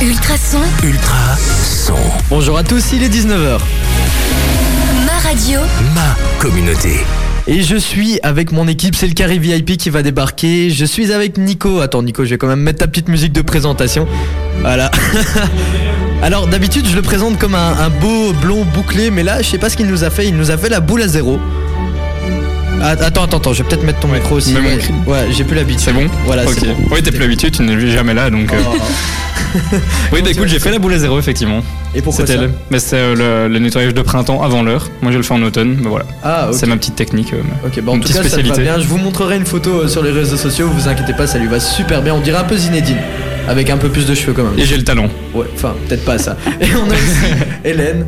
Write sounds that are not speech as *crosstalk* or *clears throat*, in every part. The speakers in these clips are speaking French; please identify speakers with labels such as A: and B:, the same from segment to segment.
A: Ultrason,
B: Ultra son.
C: Bonjour à tous, il est 19h.
A: ma radio.
B: Ma communauté.
C: Et je suis avec mon équipe, c'est le carré VIP qui va débarquer. Je suis avec Nico. Attends Nico, je vais quand même mettre ta petite musique de présentation. Voilà. *laughs* Alors d'habitude je le présente comme un, un beau blond bouclé, mais là je sais pas ce qu'il nous a fait, il nous a fait la boule à zéro. Ah, Attends, attends, attends, je vais peut-être mettre ton micro aussi.
D: mets mon
C: Ouais,
D: micro.
C: ouais, j'ai plus l'habitude.
D: C'est bon
C: Voilà,
D: Ok.
C: Bah, c'est bon.
D: Oui, t'es plus habitué, tu ne vis jamais là, donc. euh,
C: Oh.
D: Oui, bah
C: tu vas
D: écoute, j'ai fait la boule à zéro, effectivement.
C: Et pourquoi
D: C'était
C: ça
D: le, mais c'est, euh, le, le nettoyage de printemps avant l'heure. Moi, je le fais en automne, mais voilà.
C: Ah, ok.
D: C'est ma petite technique. euh, mais-
C: Ok, bah en
D: Une
C: tout cas,
D: petite
C: ça te va
D: spécialité.
C: bien. Je vous montrerai une photo euh, sur les réseaux sociaux, vous inquiétez pas, ça lui va super bien. On dirait un peu Zinedine, avec un peu plus de cheveux quand même.
D: Et j'ai le talent.
C: Ouais, enfin, peut-être pas ça. *laughs* Et on a
D: *laughs*
C: aussi Hélène.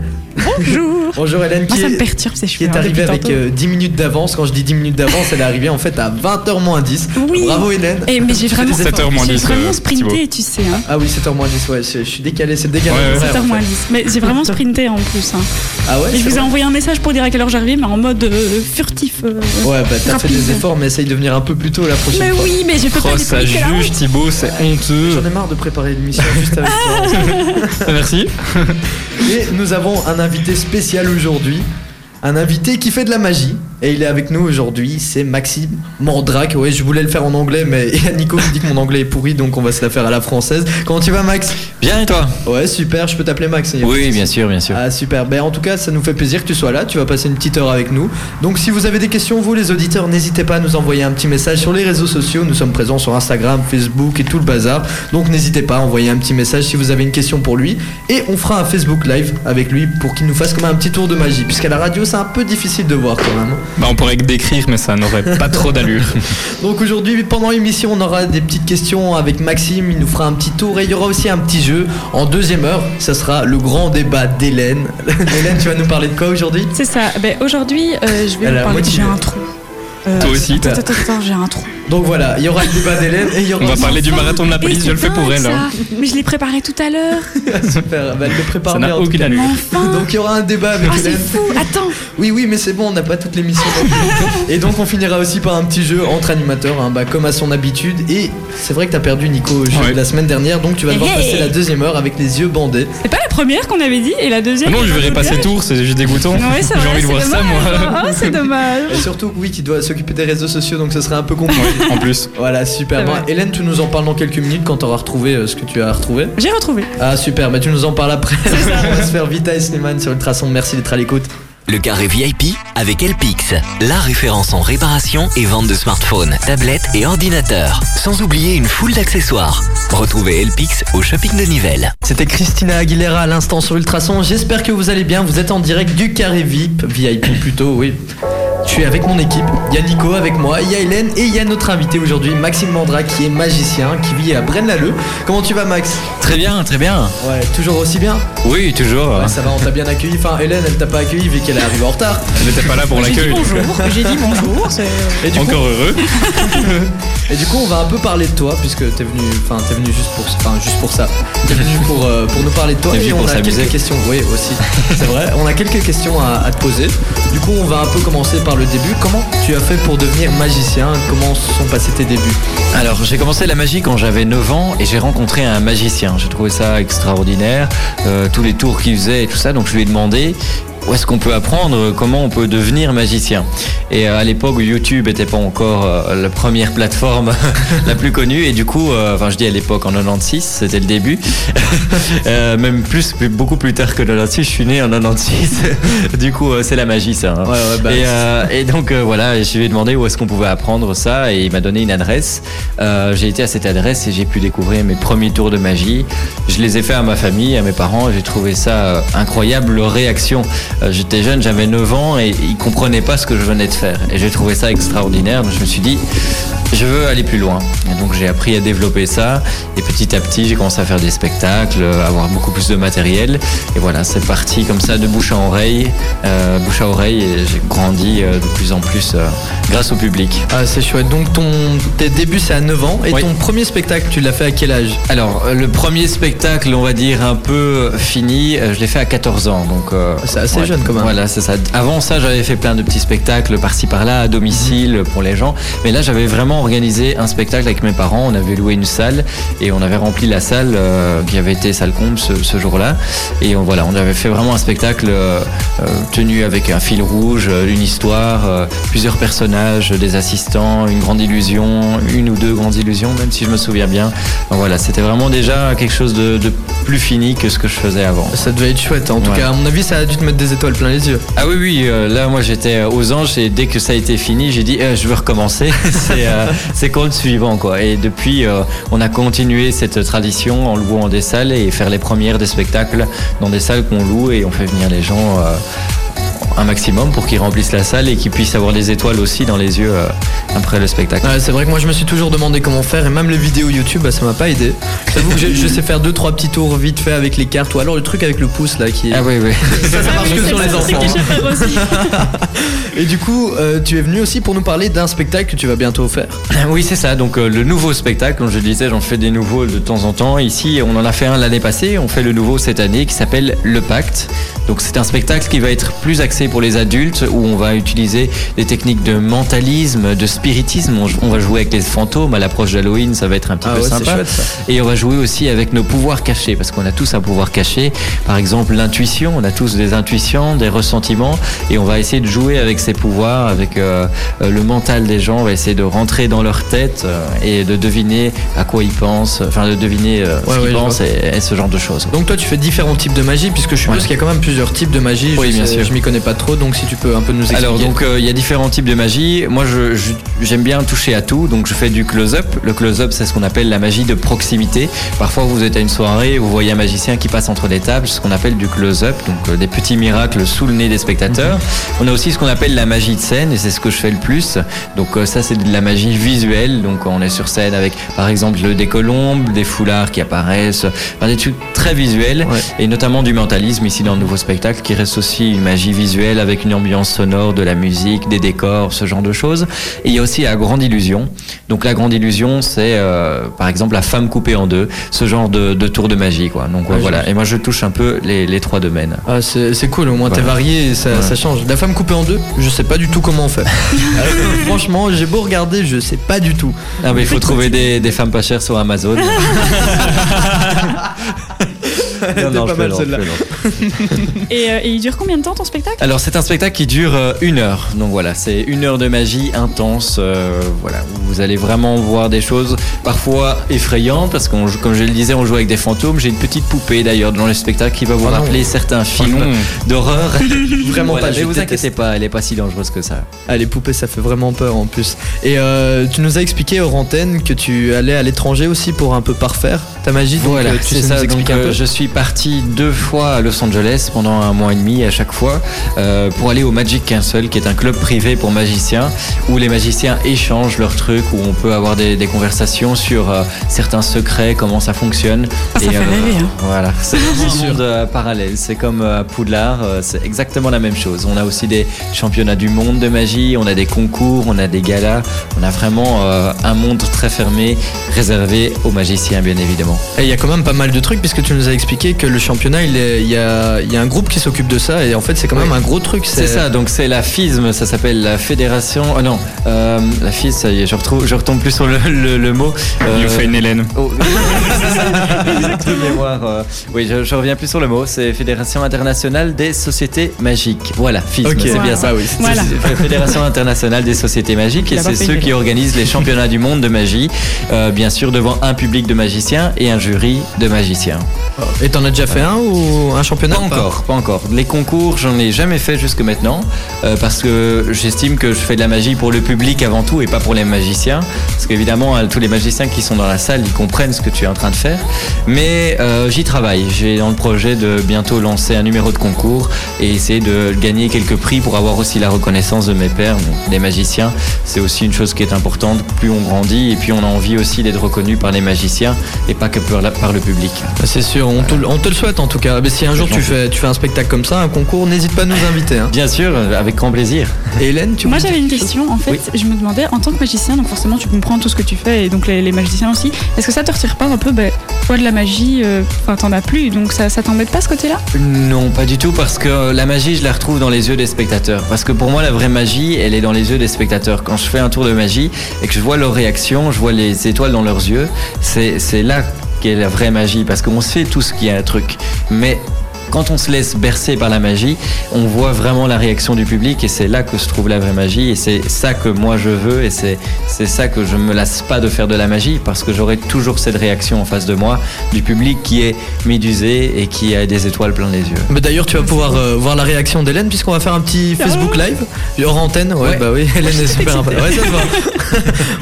E: Bonjour
C: *laughs* Bonjour Hélène,
E: Moi
C: qui
E: ça me
C: est,
E: perturbe ces cheveux.
C: qui est
E: hein,
C: arrivée
E: depuis
C: avec
E: tantôt.
C: euh, 10 minutes d'avance. Quand je dis 10 minutes d'avance, elle est arrivée en fait à 20h moins 10.
E: Oui.
C: Bravo Hélène.
E: Eh, mais j'ai vraiment,
D: 7h moins
E: j'ai
D: 10,
E: vraiment
D: euh,
E: sprinté, tu sais. Hein.
C: Ah oui, 7h moins 10, ouais, je, je suis décalé, c'est le décalage.
D: Ouais, ouais.
C: horaire,
E: 7h moins
C: en fait.
E: 10. Mais j'ai vraiment sprinté en plus. Hein.
C: Ah ouais
E: Et je
C: c'est
E: vous ai
C: vrai.
E: envoyé un message pour dire à quelle heure j'arrivais, mais en mode euh, furtif. euh.
C: Ouais, bah t'as fait
E: Rapide.
C: des efforts, mais essaye de venir un peu plus tôt la prochaine
E: Mais
C: fois.
E: oui, mais je peux pas
D: Oh,
E: les
D: ça
E: piquer là.
D: juge, Thibaut, c'est honteux.
C: J'en ai marre de préparer l'émission juste
E: *laughs*
C: avec toi.
D: *laughs* Merci.
C: Et nous avons un invité spécial aujourd'hui. Un invité qui fait de la magie. Et il est avec nous aujourd'hui, c'est Maxime Mandrake. Ouais, je voulais le faire en anglais, mais *laughs* Nico me dit que mon anglais est pourri, donc on va se la faire à la française. Comment tu vas, Max
F: Bien et toi
C: Ouais, super, je peux t'appeler Max. il y a pas de
F: Oui,
C: souci.
F: bien sûr, bien sûr.
C: Ah, super. Ben, en tout cas, ça nous fait plaisir que tu sois là. Tu vas passer une petite heure avec nous. Donc, si vous avez des questions, vous, les auditeurs, n'hésitez pas à nous envoyer un petit message sur les réseaux sociaux. Nous sommes présents sur Instagram, Facebook et tout le bazar. Donc, n'hésitez pas à envoyer un petit message si vous avez une question pour lui. Et on fera un Facebook Live avec lui pour qu'il nous fasse comme un petit tour de magie. Puisqu'à la radio, c'est un peu difficile de voir quand même.
D: Bah, on pourrait que décrire, mais ça n'aurait pas trop d'allure.
C: Donc aujourd'hui, pendant l'émission, on aura des petites questions avec Maxime. Il nous fera un petit tour et il y aura aussi un petit jeu. En deuxième heure, ça sera le grand débat d'Hélène. *laughs* Hélène, tu vas nous parler de quoi aujourd'hui
E: C'est ça. Ben, Aujourd'hui, euh, je vais
C: Elle a
E: vous parler.
C: moitié.
E: J'ai un trou. Euh,
D: Toi aussi,
E: Attends,
D: t'as-
E: attends, attends, j'ai un trou.
C: Donc voilà, il y aura le débat d'Hélène et il y aura
D: *laughs* On va
C: aussi-
D: parler du marathon de la
E: Eh,
D: police,
E: c'est
D: je le fais pour
E: dingue,
D: elle.
E: ça.
D: hein.
E: Mais je l'ai préparé tout à
C: *laughs*
E: l'heure.
C: Super, bah, elle le prépare
D: Ça
C: bien.
D: n'a
C: en tout
D: aucune
C: cas.
D: allure.
E: Mais enfin.
C: Donc il y aura un débat avec
E: Ah, c'est
C: Hélène.
E: fou. Attends.
C: Oui, oui, mais c'est bon, on n'a pas toutes les missions. et donc on finira aussi par un petit jeu entre animateurs, hein, bah, comme à son habitude. Et c'est vrai que t'as perdu Nico au jeu
D: Ouais.
C: de la semaine dernière, donc tu vas devoir
E: Hey.
C: passer la deuxième heure avec les yeux bandés.
E: C'est pas la première qu'on avait dit et la deuxième.
D: Ah Non, je verrai
E: verrai
D: pas ces tours, c'est juste dégoûtant.
E: Ouais, c'est
D: J'ai
E: vrai,
D: envie de
E: c'est
D: voir ça,
E: dommage, *laughs*
D: moi.
E: hein. Oh, c'est dommage.
C: Et surtout, oui, qui doit s'occuper des réseaux sociaux, donc ce sera un peu compliqué.
D: En plus.
C: Voilà, super.
E: C'est
C: Bon,
E: vrai.
C: Hélène, tu nous en parles dans quelques minutes quand t'auras retrouvé euh, ce que tu as retrouvé.
E: J'ai retrouvé.
C: Ah, super, bah tu nous en parles après. on va se faire Vita et Slimane sur Ultrason. Merci d'être à l'écoute.
B: Le carré VIP avec Elpix, la référence en réparation et vente de smartphones, tablettes et ordinateurs. Sans oublier une foule d'accessoires. Retrouvez Elpix au shopping de Nivelles.
C: C'était Christina Aguilera à l'instant sur Ultrason. J'espère que vous allez bien. Vous êtes en direct du carré VIP, VIP plutôt, oui. Je suis avec mon équipe. Il y a Nico avec moi, il y a Hélène et il y a notre invité aujourd'hui, Maxime Mandra, qui est magicien, qui vit à Braine-l'Alleud. Comment tu vas, Max
F: Très bien, très bien.
C: Ouais, toujours aussi bien.
F: Oui, toujours.
C: Ouais, Bah, ça va, on t'a bien accueilli. Enfin, Hélène, elle t'a pas accueilli vu qu'elle est arrivée en retard.
D: Elle n'était pas là pour
E: J'ai dit
D: l'accueil.
E: bonjour. J'ai dit bonjour. c'est-
C: Et du, coup,
D: Encore heureux.
C: et du coup, on va un peu parler de toi, puisque t'es venu, enfin, t'es venu juste pour, enfin, juste pour ça. T'es
F: *laughs*
C: venu pour, euh, pour nous parler de toi.
F: T'es
C: Et
F: venu
C: on
F: pour
C: a
F: s'amuser.
C: quelques questions, oui,
F: *laughs*
C: aussi. C'est vrai. On a quelques questions à, à te poser. Du coup, on va un peu commencer par le début. Comment tu as fait pour devenir magicien Comment se sont passés tes débuts
F: Alors, j'ai commencé la magie quand j'avais 9 ans et j'ai rencontré un magicien. J'ai trouvé ça extraordinaire, euh, tous les tours qu'il faisait et tout ça. Donc, je lui ai demandé où est-ce qu'on peut apprendre, euh, comment on peut devenir magicien. Et euh, à l'époque, où YouTube n'était pas encore euh, la première plateforme *laughs* la plus connue. Et du coup, euh, enfin, je dis à l'époque en 96, c'était le début. *laughs* Euh, même plus, plus- beaucoup plus tard que 96, je suis né en 96. *laughs* du coup, euh, c'est la magie, ça. hein.
C: Ouais, ouais, bah,
F: Et, euh, et donc euh, voilà, et je lui ai demandé où est-ce qu'on pouvait apprendre ça et il m'a donné une adresse. Euh, j'ai été à cette adresse et j'ai pu découvrir mes premiers tours de magie. Je les ai faits à ma famille, à mes parents. J'ai trouvé ça euh, incroyable leur réaction. Euh, J'étais jeune, j'avais 9 ans et ils comprenaient pas ce que je venais de faire. Et j'ai trouvé ça extraordinaire. Donc je me suis dit, je veux aller plus loin. Et donc j'ai appris à développer ça et petit à petit j'ai commencé à faire des spectacles, euh, avoir beaucoup plus de matériel. Et voilà, c'est parti comme ça de bouche à oreille, euh, bouche à oreille et j'ai grandi euh, de plus en plus euh, grâce au public.
C: Ah, c'est chouette. Donc, ton, tes débuts, c'est à 9 ans. Et
F: Oui.
C: ton premier spectacle, tu l'as fait à quel âge
F: Alors euh, le premier spectacle, on va dire un peu euh, fini, euh, je l'ai fait à 14 ans. Donc euh,
C: C'est assez jeune quand même.
F: Voilà, c'est ça. Avant ça, j'avais fait plein de petits spectacles par-ci par-là, à domicile,
C: Mhm.
F: pour les gens. Mais là, j'avais vraiment organisé un spectacle avec mes parents. On avait loué une salle et on avait rempli la salle euh, qui avait été salle comble ce, ce jour-là. Et on, voilà, on avait fait vraiment un spectacle euh, euh, tenu avec un fil rouge, euh, une histoire, euh, plusieurs personnages, des assistants, une grande illusion, une ou deux grandes illusions, même si je me souviens bien. Donc voilà, c'était vraiment déjà quelque chose de, de plus fini que ce que je faisais avant.
C: Ça devait être chouette. hein. En tout
F: Ouais.
C: cas, à mon avis, ça a dû te mettre des étoiles plein les yeux.
F: Ah oui, oui, euh, là moi j'étais aux anges et dès que ça a été fini, j'ai dit Eh, je veux recommencer. *laughs* c'est euh, c'est quand le suivant quoi. Et depuis, euh, on a continué cette tradition en louant des salles et faire les premières des spectacles dans des salles qu'on loue et on fait venir les gens euh, un maximum pour qu'ils remplissent la salle et qu'ils puissent avoir des étoiles aussi dans les yeux euh, après le spectacle.
C: Ouais, c'est vrai que moi je me suis toujours demandé comment faire et même les vidéos YouTube bah, ça m'a pas aidé. J'avoue que je, je sais faire deux trois petits tours vite fait avec les cartes ou alors le truc avec le pouce là qui est...
F: Ah oui, oui.
C: ça, ça marche que sur les
E: C'est
C: enfants.
E: que j'ai peur aussi.
C: Et du coup euh, tu es venu aussi pour nous parler d'un spectacle que tu vas bientôt faire.
F: *coughs* Oui, c'est ça. Donc, euh, le nouveau spectacle, comme je le disais, j'en fais des nouveaux de temps en temps. Ici, on en a fait un l'année passée. On fait le nouveau cette année qui s'appelle Le Pacte. Donc, c'est un spectacle qui va être plus axé pour les adultes où on va utiliser des techniques de mentalisme, de spiritisme. On, on va jouer avec les fantômes à l'approche d'Halloween. Ça va être un
C: Ah
F: petit peu Ah sympa.
C: ça.
F: Et on va jouer aussi avec nos pouvoirs cachés, parce qu'on a tous un pouvoir caché. Par exemple, l'intuition, on a tous des intuitions, des ressentiments, et on va essayer de jouer avec ces pouvoirs, avec euh, euh, le mental des gens, on va essayer de rentrer dans leur tête euh, et de deviner à quoi ils pensent, enfin de deviner euh,
C: Ouais,
F: ce
C: ouais, je
F: qu'ils pensent et, et ce genre de choses.
C: Donc toi tu fais différents types de magie puisque je suppose
F: Ouais.
C: qu'il y a quand même plusieurs types de magie.
F: Oui,
C: je
F: bien
C: sais-
F: sûr.
C: Je m'y connais pas trop donc si tu peux un peu nous expliquer.
F: Alors donc euh, il y a différents types de magie. Moi je- je- j'aime bien toucher à tout, donc je fais du close-up. Le close-up c'est ce qu'on appelle la magie de proximité. Parfois vous êtes à une soirée, vous voyez un magicien qui passe entre les tables, ce qu'on appelle du close-up, donc euh, des petits miracles sous le nez des spectateurs.
C: Mhm.
F: On a aussi ce qu'on appelle la magie de scène et c'est ce que je fais le plus. Donc euh, ça c'est de la magie visuelle, donc on est sur scène avec par exemple des colombes, des foulards qui apparaissent, enfin, des trucs très visuels
C: Ouais.
F: et notamment du mentalisme ici dans le nouveau spectacle qui reste aussi une magie visuelle avec une ambiance sonore, de la musique, des décors, ce genre de choses. Et il y a aussi la grande illusion. Donc la grande illusion, c'est euh, par exemple la femme coupée en deux, ce genre de, de tour de magie quoi. Donc
C: Ouais,
F: voilà. Et moi je touche un peu les, les trois domaines.
C: Ah, c'est c'est cool, au moins t'es
F: Voilà.
C: varié et ça,
F: Ouais.
C: ça change. La femme coupée en deux, je sais pas du tout comment on
F: *laughs*
C: fait. Alors, franchement, j'ai beau regarder, je sais pas du tout.
F: Ah mais il faut trouver des, des femmes pas chères sur *laughs* Amazon.
C: était pas
F: je
C: mal,
F: plaisante,
C: celle-là.
F: je plaisante.
E: Et, euh, et il dure combien de temps ton spectacle
F: Alors c'est un spectacle qui dure euh, une heure, donc voilà, c'est une heure de magie intense, euh, voilà, où vous allez vraiment voir des choses parfois effrayantes, parce qu'on, comme je le disais, on joue avec des fantômes, j'ai une petite poupée d'ailleurs dans le spectacle qui va vous
C: Oh non.
F: rappeler certains
D: Oh
F: films
D: non.
F: d'horreur.
C: *laughs* Vraiment
F: Voilà,
C: pas,
F: mais
C: je
F: vous
C: déteste.
F: inquiétez pas, elle est pas si dangereuse que ça.
C: Ah, les poupées, ça fait vraiment peur en plus. Et euh, tu nous as expliqué hors antenne que tu allais à l'étranger aussi pour un peu parfaire ta magie. donc,
F: Voilà,
C: euh, tu
F: c'est
C: sais nous
F: ça. Donc,
C: expliquer un
F: euh,
C: peu.
F: je suis parti deux fois à Los Angeles pendant un mois et demi à chaque fois euh, pour aller au Magic Castle, qui est un club privé pour magiciens où les magiciens échangent leurs trucs, où on peut avoir des, des conversations sur euh, certains secrets, comment ça fonctionne. euh,
E: Ah, ça fait
C: euh,
E: rêver, hein. *laughs*
F: Voilà, c'est un monde euh, parallèle. C'est comme euh, à Poudlard, euh, c'est exactement la même chose. On a aussi des championnats du monde de magie, on a des concours, on a des galas, on a vraiment euh, un monde très fermé réservé aux magiciens, bien évidemment.
C: Et il y a quand même pas mal de trucs puisque tu nous as expliqué que le championnat, il est- il y, a, il y a un groupe qui s'occupe de ça et en fait, c'est quand même un gros truc.
F: C'est ça, donc c'est la FISM, ça s'appelle la Fédération. Oh non, euh, la FISM, ça y est, je, retrouve, je retombe plus sur le, le- le mot. Euh,
D: You Fine Hélène.
F: oh, *laughs* de mémoire, euh, oui, je, je reviens plus sur le mot, c'est Fédération internationale des sociétés magiques. Voilà, FISM,
C: Ok,
F: c'est bien
E: Voilà.
F: ça.
C: Bah oui, c'est-
E: Voilà.
F: C'est la Fédération internationale des sociétés magiques
E: Il
F: et
E: a pas
F: c'est
E: fait
F: ceux
E: une
F: qui organisent les championnats du monde de magie, euh, bien sûr devant un public de magiciens et un jury de magiciens.
C: Et t'en as déjà fait un ou un championnat
F: Pas encore, pas encore. Les concours, j'en ai jamais fait jusque maintenant euh, parce que j'estime que je fais de la magie pour le public avant tout et pas pour les magiciens. Parce qu'évidemment, hein, tous les magiciens qui sont dans la salle, ils comprennent ce que tu es en train de faire. Mais euh, j'y travaille. J'ai dans le projet de bientôt lancer un numéro de concours et essayer de gagner quelques prix pour avoir aussi la reconnaissance de mes pairs, donc des magiciens. C'est aussi une chose qui est importante. Plus on grandit et puis on a envie aussi d'être reconnu par les magiciens et pas que par la- par le public.
C: Ah, C'est sûr, on, tou- le- on te le souhaite en tout cas. Mais si un jour tu fais, tu fais un spectacle comme ça, un concours, n'hésite pas à nous inviter. hein.
F: Bien sûr, avec grand plaisir.
C: Et Hélène, tu
E: Moi
C: voulais
E: j'avais
C: dire
E: une
C: quelque chose
E: question en fait, je me demandais en tant que magicien, donc forcément tu comprends tout ce que tu fais et donc les, les magiciens aussi, est-ce que ça te retire pas un peu, ben, toi de la magie, euh, enfin t'en as plus donc ça, ça t'embête pas ce côté-là
F: Non, pas du tout, parce que euh, la magie, je la retrouve dans les yeux des spectateurs. Parce que pour moi, la vraie magie, elle est dans les yeux des spectateurs. Quand je fais un tour de magie et que je vois leur réaction, je vois les étoiles dans leurs yeux, c'est c'est là qu'est la vraie magie, parce qu'on sait tous qu'il y a un truc. Mais quand on se laisse bercer par la magie, on voit vraiment la réaction du public et c'est là que se trouve la vraie magie et c'est ça que moi je veux et c'est c'est ça que je me lasse pas de faire de la magie parce que j'aurai toujours cette réaction en face de moi du public qui est médusé et qui a des étoiles plein les yeux.
C: Mais d'ailleurs, tu vas pouvoir euh, voir la réaction d'Hélène puisqu'on va faire un petit
E: Ah.
C: Facebook live hors antenne. Ouais,
F: Ouais.
C: bah oui, Hélène est super importante. Ouais, ça se voit.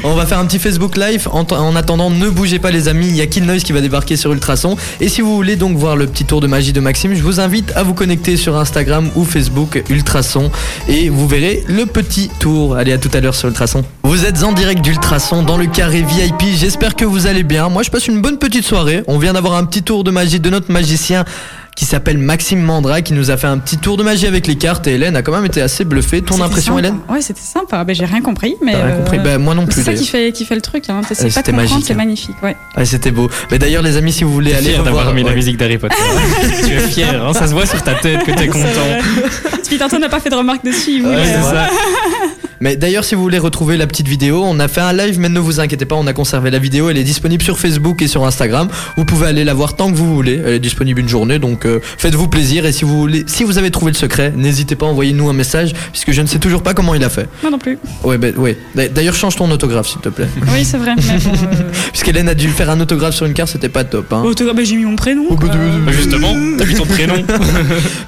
C: On va faire un petit Facebook live. En, t- en attendant, ne bougez pas les amis. Il y a Kill Noise qui va débarquer sur Ultrason. Et si vous voulez donc voir le petit tour de magie de Maxime, je vous invite à vous connecter sur Instagram ou Facebook Ultrason et vous verrez le petit tour. Allez, à tout à l'heure sur Ultrason. Vous êtes en direct d'Ultrason dans le carré VIP. J'espère que vous allez bien. Moi, je passe une bonne petite soirée. On vient d'avoir un petit tour de magie de notre magicien qui s'appelle Maxime Mandra qui nous a fait un petit tour de magie avec les cartes et Hélène a quand même été assez bluffée. Ton
E: C'était
C: impression
E: sympa.
C: Hélène
E: Ouais c'était sympa, ben, j'ai rien compris mais...
C: T'as rien
E: hein. euh,
C: compris Ben, moi non
E: mais
C: plus.
E: C'est ça
C: d'ailleurs.
E: qui fait, qui fait le truc, hein.
C: Euh,
E: c'est pas
C: c'était
E: de
C: magique,
E: comprendre, c'est
C: hein.
E: magnifique. Ouais.
C: Ouais, c'était beau. Mais d'ailleurs, les amis, si vous voulez
D: T'es
C: aller
D: fier d'avoir
C: revoir,
D: mis la
C: ouais.
D: musique
C: *laughs*
D: d'Harry Potter. tu es fier, hein, ça se voit sur ta tête que t'es content.
E: *laughs* Spitanton n'a pas fait de remarques dessus, mais,
D: Ouais,
E: euh,
D: c'est ça.
C: Mais d'ailleurs, si vous voulez retrouver la petite vidéo, on a fait un live, mais ne vous inquiétez pas, on a conservé la vidéo. Elle est disponible sur Facebook et sur Instagram. Vous pouvez aller la voir tant que vous voulez. Elle est disponible une journée, donc euh, faites-vous plaisir. Et si vous voulez, si vous avez trouvé le secret, n'hésitez pas à envoyer nous un message, puisque je ne sais toujours pas comment il a fait.
E: moi non plus.
C: Ouais, ben ouais. D'a- D'ailleurs, change ton autographe, s'il te plaît, *laughs*
E: Oui c'est vrai. mais bon, euh,
C: puisqu'Hélène a dû faire un autographe sur une carte, c'était pas top. Hein.
E: autographe, ben, j'ai mis mon prénom.
C: Au bout
E: quoi.
C: de-
D: Bah, Justement, t'as vu
C: *laughs*
D: ton prénom.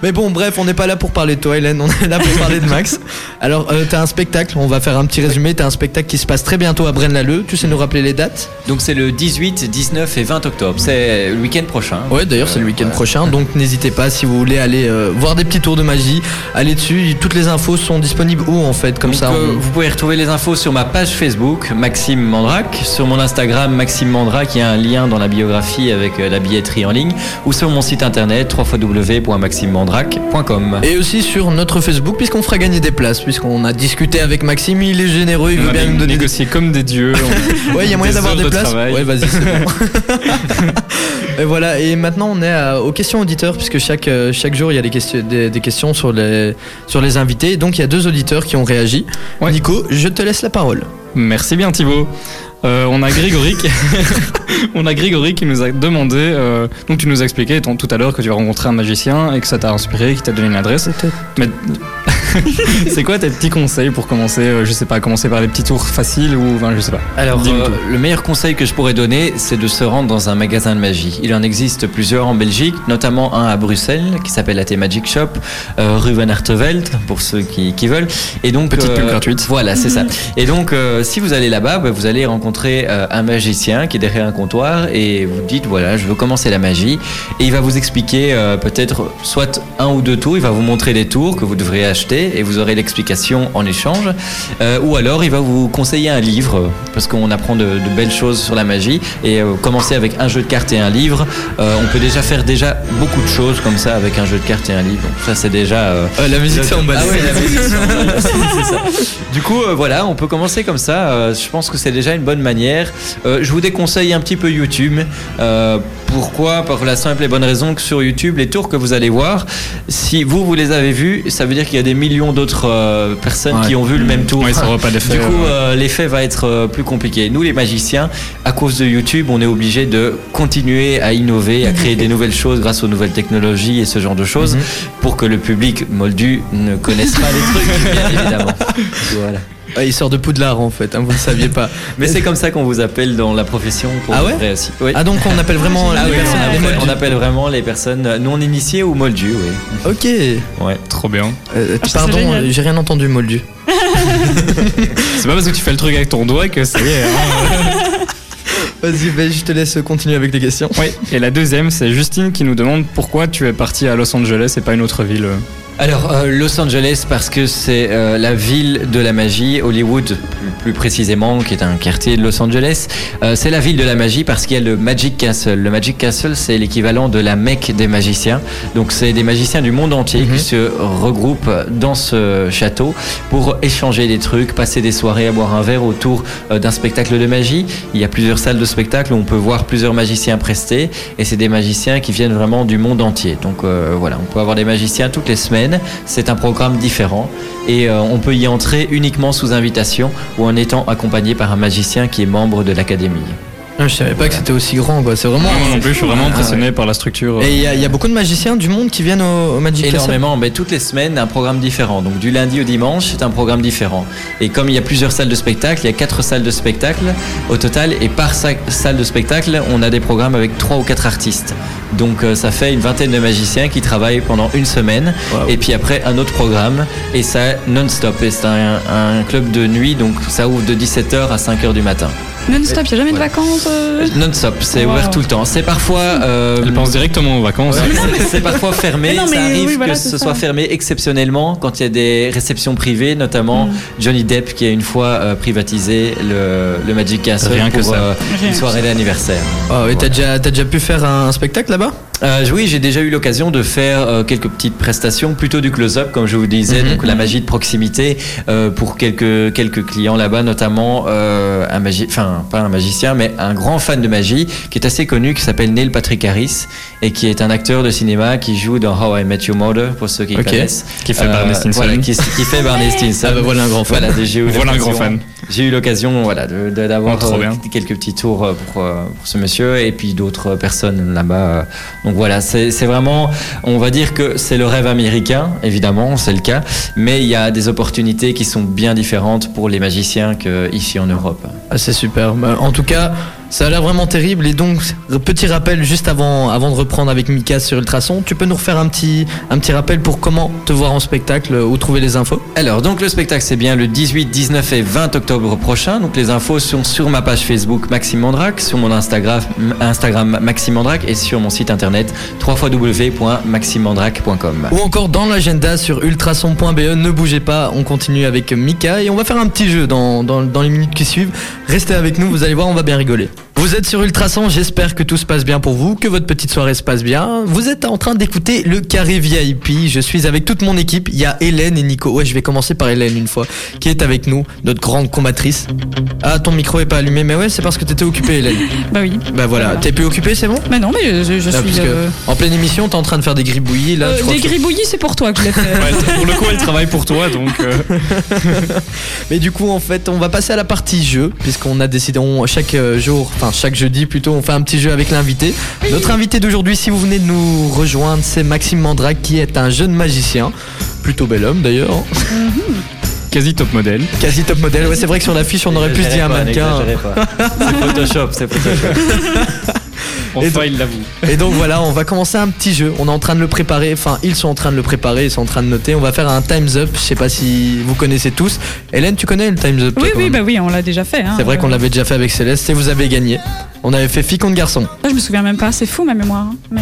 C: Mais bon, bref, on n'est pas là pour parler de toi, Hélène, on est là pour parler de Max. Alors, euh, t'as un spectacle, on va faire un petit résumé. T'as un spectacle qui se passe très bientôt à Braine-l'Alleud. Tu sais nous rappeler les dates
F: Donc c'est le 18, 19 et 20 octobre. C'est le week-end prochain.
C: Ouais, d'ailleurs, c'est le week-end
F: voilà.
C: prochain, donc n'hésitez pas si vous voulez aller euh, voir des petits tours de magie. Allez dessus, toutes les infos sont disponibles où en fait Comme
F: Donc,
C: ça,
F: euh,
C: on-
F: vous pouvez retrouver les infos sur ma page Facebook, Maxime Mandrac, sur mon Instagram, Maxime Mandrac, il y a un lien dans la biographie avec euh, la billetterie en ligne, ou sur mon site internet www.maximemandrac.com.
C: Et aussi sur notre Facebook, puisqu'on fera gagner des places, puisqu'on a discuté avec Maxime, il est généreux, il
D: On
C: veut
D: a
C: bien nous donner des
D: négocié comme
C: *laughs*
D: des dieux.
C: Ouais, il y a moyen
D: Des
C: d'avoir
D: heures
C: des
D: de
C: places.
D: travail.
C: Ouais, vas-y, c'est *laughs* bon. et voilà, et maintenant on est à- aux questions auditeurs, puisque chaque, euh, chaque jour il y a des questions, des, des questions sur, les, sur les invités. Donc il y a deux auditeurs qui ont réagi.
D: Ouais.
C: Nico, je te laisse la parole.
D: Merci bien Thibaut. Euh, on a Grégory, qui... *laughs* on a Grégory qui nous a demandé. euh, Donc tu nous as expliqué ton- tout à l'heure que tu vas rencontrer un magicien et que ça t'a inspiré, qu'il t'a donné une adresse. Mais *laughs* c'est quoi tes petits conseils pour commencer euh, Je sais pas, commencer par des petits tours faciles ou enfin, je sais pas.
F: Alors,
D: Dis-nous
F: euh,
D: tout.
F: le meilleur conseil que je pourrais donner, c'est de se rendre dans un magasin de magie. Il en existe plusieurs en Belgique, notamment un à Bruxelles qui s'appelle la Magic Shop, euh, rue Van Artevelde, pour ceux qui, qui veulent. Et donc, euh,
D: Petite pub gratuite.
F: Voilà,
D: *laughs*
F: c'est ça. Et donc, euh, si vous allez là-bas, bah, vous allez rencontrer euh, un magicien qui est derrière un comptoir et vous dites voilà, je veux commencer la magie. Et il va vous expliquer euh, peut-être soit un ou deux tours, il va vous montrer les tours que vous devrez acheter et vous aurez l'explication en échange. Euh, ou alors il va vous conseiller un livre, euh, parce qu'on apprend de, de belles choses sur la magie. Et euh, commencer avec un jeu de cartes et un livre, euh, on peut déjà faire déjà beaucoup de choses comme ça avec un jeu de cartes et un livre. Donc ça c'est déjà... euh,
C: la musique s'est
F: ah
C: emballée.
F: ouais, la musique sur Emballé, *laughs* c'est ça. Du coup, euh, voilà, on peut commencer comme ça. Euh, je pense que c'est déjà une bonne manière. Euh, je vous déconseille un petit peu YouTube. Euh, pourquoi Pour la simple et bonne raison que sur YouTube, les tours que vous allez voir, si vous, vous les avez vus, ça veut dire qu'il y a des millions d'autres euh, personnes
C: Ouais.
F: qui ont vu le même tour.
D: Ouais, ça aura pas d'effet.
F: Du coup, euh, l'effet va être euh, plus compliqué. Nous, les magiciens, à cause de YouTube, on est obligé de continuer à innover, à créer des nouvelles choses grâce aux nouvelles technologies et ce genre de choses,
C: Mhm.
F: pour que le public moldu ne connaisse pas
C: *laughs*
F: les trucs, bien évidemment. Voilà.
C: Ouais, il sort de Poudlard en fait, hein, vous ne saviez pas.
F: Mais c'est comme ça qu'on vous appelle dans la profession pour
C: Ah
F: de
C: ouais
F: vrai aussi. Oui.
C: Ah donc on appelle vraiment
F: Ah
C: les
F: oui,
C: personnes
F: on,
C: les
F: appelle, on
C: moldus.
F: appelle vraiment les personnes non initiées ou moldues, oui.
C: Ok.
F: Ouais.
D: Trop bien.
C: Euh,
E: Ah, c'est
C: pardon,
E: génial.
C: j'ai rien entendu Moldu.
D: C'est pas parce que tu fais le truc avec ton doigt que ça y est. *laughs* hein.
C: Vas-y, vas-y, je te laisse continuer avec les questions.
D: Ouais. Et la deuxième, c'est Justine qui nous demande pourquoi tu es parti à Los Angeles et pas une autre ville. euh.
F: Alors, euh, Los Angeles, parce que c'est euh, la ville de la magie, Hollywood plus, plus précisément, qui est un quartier de Los Angeles, euh, c'est la ville de la magie parce qu'il y a le Magic Castle. Le Magic Castle, c'est l'équivalent de la Mecque des magiciens. Donc, c'est des magiciens du monde entier qui se regroupent dans ce château pour échanger des trucs, passer des soirées à boire un verre autour euh, d'un spectacle de magie. Il y a plusieurs salles de spectacle où on peut voir plusieurs magiciens prestés et c'est des magiciens qui viennent vraiment du monde entier. Donc euh, voilà, on peut avoir des magiciens toutes les semaines. C'est un programme différent et euh, on peut y entrer uniquement sous invitation ou en étant accompagné par un magicien qui est membre de l'académie.
C: Ah, je savais pas que c'était aussi grand, quoi. C'est vraiment.
D: Moi non plus, je suis vraiment impressionné par la structure. euh,
C: Et il y, a- il y a beaucoup de magiciens du monde qui viennent au, au Magic Castle.
F: Énormément, mais toutes les semaines un programme différent. Donc du lundi au dimanche, c'est un programme différent. Et comme il y a plusieurs salles de spectacle, il y a quatre salles de spectacle au total, et par sa- salle de spectacle, on a des programmes avec trois ou quatre artistes. Donc euh, ça fait une vingtaine de magiciens qui travaillent pendant une semaine,
C: Waouh.
F: et puis après un autre programme, et ça non-stop. Et c'est un, un club de nuit, donc ça ouvre de 17h à 5h du matin.
E: Non-stop, il n'y a jamais de vacances. euh.
F: Non-stop, c'est
E: Waouh.
F: ouvert tout le temps. C'est parfois... euh,
D: Elle pense directement aux vacances.
F: c'est parfois fermé,
E: Mais non, mais
F: ça arrive
E: oui, voilà,
F: que
E: c'est
F: ce
E: ça.
F: soit fermé exceptionnellement quand il y a des réceptions privées, notamment
E: Mm.
F: Johnny Depp qui a une fois euh, privatisé le, le Magic Castle
D: Rien que
F: pour
D: ça.
F: euh,
E: Rien
F: une
E: que
F: soirée d'anniversaire.
C: Ah ouais, t'as
F: Ouais.
C: déjà, t'as déjà pu faire un, un spectacle là-bas
F: Euh, oui, j'ai déjà eu l'occasion de faire euh, quelques petites prestations, plutôt du close-up, comme je vous disais, donc la magie de proximité euh, pour quelques quelques clients là-bas, notamment euh, un magi, enfin pas un magicien, mais un grand fan de magie qui est assez connu, qui s'appelle Neil Patrick Harris et qui est un acteur de cinéma qui joue dans How I Met Your Mother pour ceux qui
C: Ok.
F: connaissent,
D: Qui fait Barney Stinson.
F: Euh, voilà, qui, qui fait Barney
D: *laughs*
F: Stinson.
C: Ah bah voilà un grand fan.
F: Voilà, j'ai eu
D: Voilà un grand
F: l'occasion-
D: fan.
F: J'ai eu l'occasion, voilà, de- de- d'avoir
D: Oh, trop
F: euh,
D: bien.
F: quelques petits tours euh, pour, euh, pour ce monsieur et puis d'autres personnes là-bas. euh. Donc voilà, c'est c'est vraiment, on va dire que c'est le rêve américain, évidemment, c'est le cas, mais il y a des opportunités qui sont bien différentes pour les magiciens qu'ici en Europe.
C: Ah, c'est super. Bah, en tout cas, ça a l'air vraiment terrible. Et donc, petit rappel juste avant, avant de reprendre avec Mika sur Ultrason, tu peux nous refaire un petit, un petit rappel pour comment te voir en spectacle euh, ou trouver les infos
F: Alors, donc le spectacle, c'est bien le 18, 19 et 20 octobre prochain. Donc les infos sont sur ma page Facebook Maxime Mandrac, sur mon Instagram, Instagram Maxime Mandrac et sur mon site internet www.maximandrac.com.
C: Ou encore dans l'agenda sur ultrason.be. E. Ne bougez pas, on continue avec Mika et on va faire un petit jeu dans, dans- dans les minutes qui suivent. Restez avec nous, vous allez voir, on va bien rigoler. Vous êtes sur Ultrason, j'espère que tout se passe bien pour vous, que votre petite soirée se passe bien. Vous êtes en train d'écouter le carré VIP. Je suis avec toute mon équipe. Il y a Hélène et Nico. Ouais, je vais commencer par Hélène une fois, qui est avec nous, notre grande combattrice. Ah, ton micro est pas allumé, mais ouais, c'est parce que t'étais occupée, Hélène.
E: Bah oui.
C: bah voilà, t'es plus occupée, c'est bon
E: Mais non, mais je, je- je
C: Là,
E: suis.
C: parce que
E: euh,
C: En pleine émission, t'es en train de faire des gribouillis. Là,
E: euh,
C: tu crois
E: des
C: que-
E: gribouillis, c'est pour toi que je l'ai fait.
D: Ouais, pour le coup, elle travaille pour toi, donc. euh,
C: Mais du coup, en fait, on va passer à la partie jeu, puisqu'on a décidé, on- chaque euh, jour, enfin chaque jeudi plutôt, on fait un petit jeu avec l'invité. Notre invité d'aujourd'hui, si vous venez de nous rejoindre, c'est Maxime Mandrac, qui est un jeune magicien, plutôt bel homme d'ailleurs, *laughs*
D: quasi top modèle.
C: quasi top modèle. Ouais, c'est vrai que sur l'affiche, on aurait plus dit un mannequin.
F: C'est Photoshop, c'est Photoshop.
D: Enfin,
C: donc-
D: il l'avoue.
C: Et donc voilà, on va commencer un petit jeu. On est en train de le préparer, enfin ils sont en train de le préparer, ils sont en train de noter. On va faire un times up. Je sais pas si vous connaissez tous. Hélène, tu connais le times up toi,
E: Oui,
C: quand
E: oui,
C: même
E: bah oui, on l'a déjà fait. hein.
C: C'est vrai qu'on l'avait déjà fait avec Céleste et vous avez gagné. On avait fait fille contre garçon.
E: Là, je me souviens même pas, c'est fou ma mémoire. hein. Mais,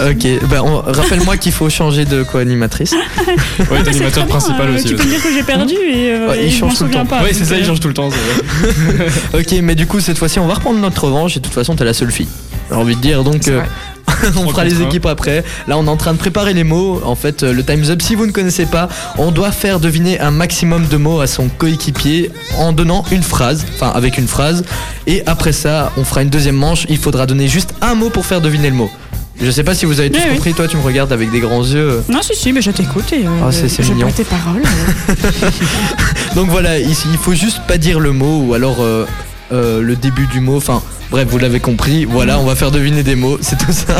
E: euh,
C: Ok, bah on- rappelle-moi qu'il faut changer de co-animatrice.
D: Ouais, t'es
E: c'est très
D: animateur
E: bien,
D: principal
E: euh,
D: aussi.
E: Tu peux me dire que j'ai perdu et, euh,
C: Ouais, il
E: et je
C: change
E: m'en
C: tout le
E: souviens
C: temps.
E: pas.
D: Ouais, c'est
E: donc,
D: ça, il
E: euh,
D: change tout le temps. c'est vrai.
C: Ok, mais du coup, cette fois-ci, on va reprendre notre revanche et de toute façon, t'es la seule fille. J'ai envie de dire, donc
E: C'est
C: euh, *laughs*
E: vrai.
C: on fera
D: contre
C: les
D: un.
C: équipes après. Là, on est en train de préparer les mots. En fait, euh, le time's up, si vous ne connaissez pas, on doit faire deviner un maximum de mots à son coéquipier en donnant une phrase, enfin avec une phrase. Et après ça, on fera une deuxième manche. Il faudra donner juste un mot pour faire deviner le mot. Je sais pas si vous avez tous
E: Oui, oui.
C: compris. Toi, tu me regardes avec des grands yeux.
E: Non, si, si, mais je t'écoute et euh,
C: Ah, c'est- c'est
E: je
C: mignon.
E: prends tes paroles.
C: Donc voilà, il, il faut juste pas dire le mot ou alors euh, euh, le début du mot. Enfin, bref, vous l'avez compris. Voilà, on va faire deviner des mots, c'est tout *laughs* ça.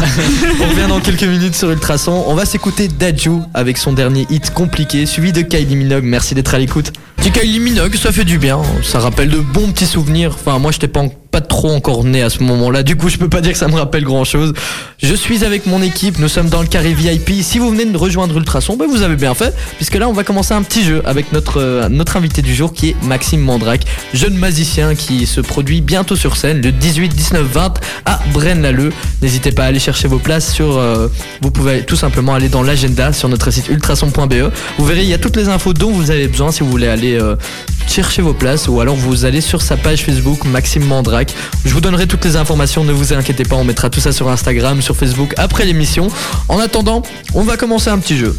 C: on revient dans quelques minutes sur Ultrason. On va s'écouter Daju avec son dernier hit compliqué, suivi de Kylie Minogue. Merci d'être à l'écoute. Du Kylie Minogue, ça fait du bien. Ça rappelle de bons petits souvenirs. Enfin, moi, j'étais pas, en- pas trop encore né à ce moment-là. Du coup, je peux pas dire que ça me rappelle grand-chose. Je suis avec mon équipe. Nous sommes dans le carré VIP. Si vous venez de rejoindre Ultrason, bah, vous avez bien fait, puisque là, on va commencer un petit jeu avec notre, euh, notre invité du jour, qui est Maxime Mandrac, jeune magicien qui se produit bientôt sur scène le 18 18, 19, 20 à Braine-l'Alleud. N'hésitez pas à aller chercher vos places sur. euh, vous pouvez tout simplement aller dans l'agenda sur notre site ultrason.be. E. Vous verrez, il y a toutes les infos dont vous avez besoin si vous voulez aller euh, chercher vos places ou alors vous allez sur sa page Facebook Maxime Mandrac. Je vous donnerai toutes les informations, ne vous inquiétez pas, on mettra tout ça sur Instagram, sur Facebook après l'émission. En attendant, on va commencer un petit jeu.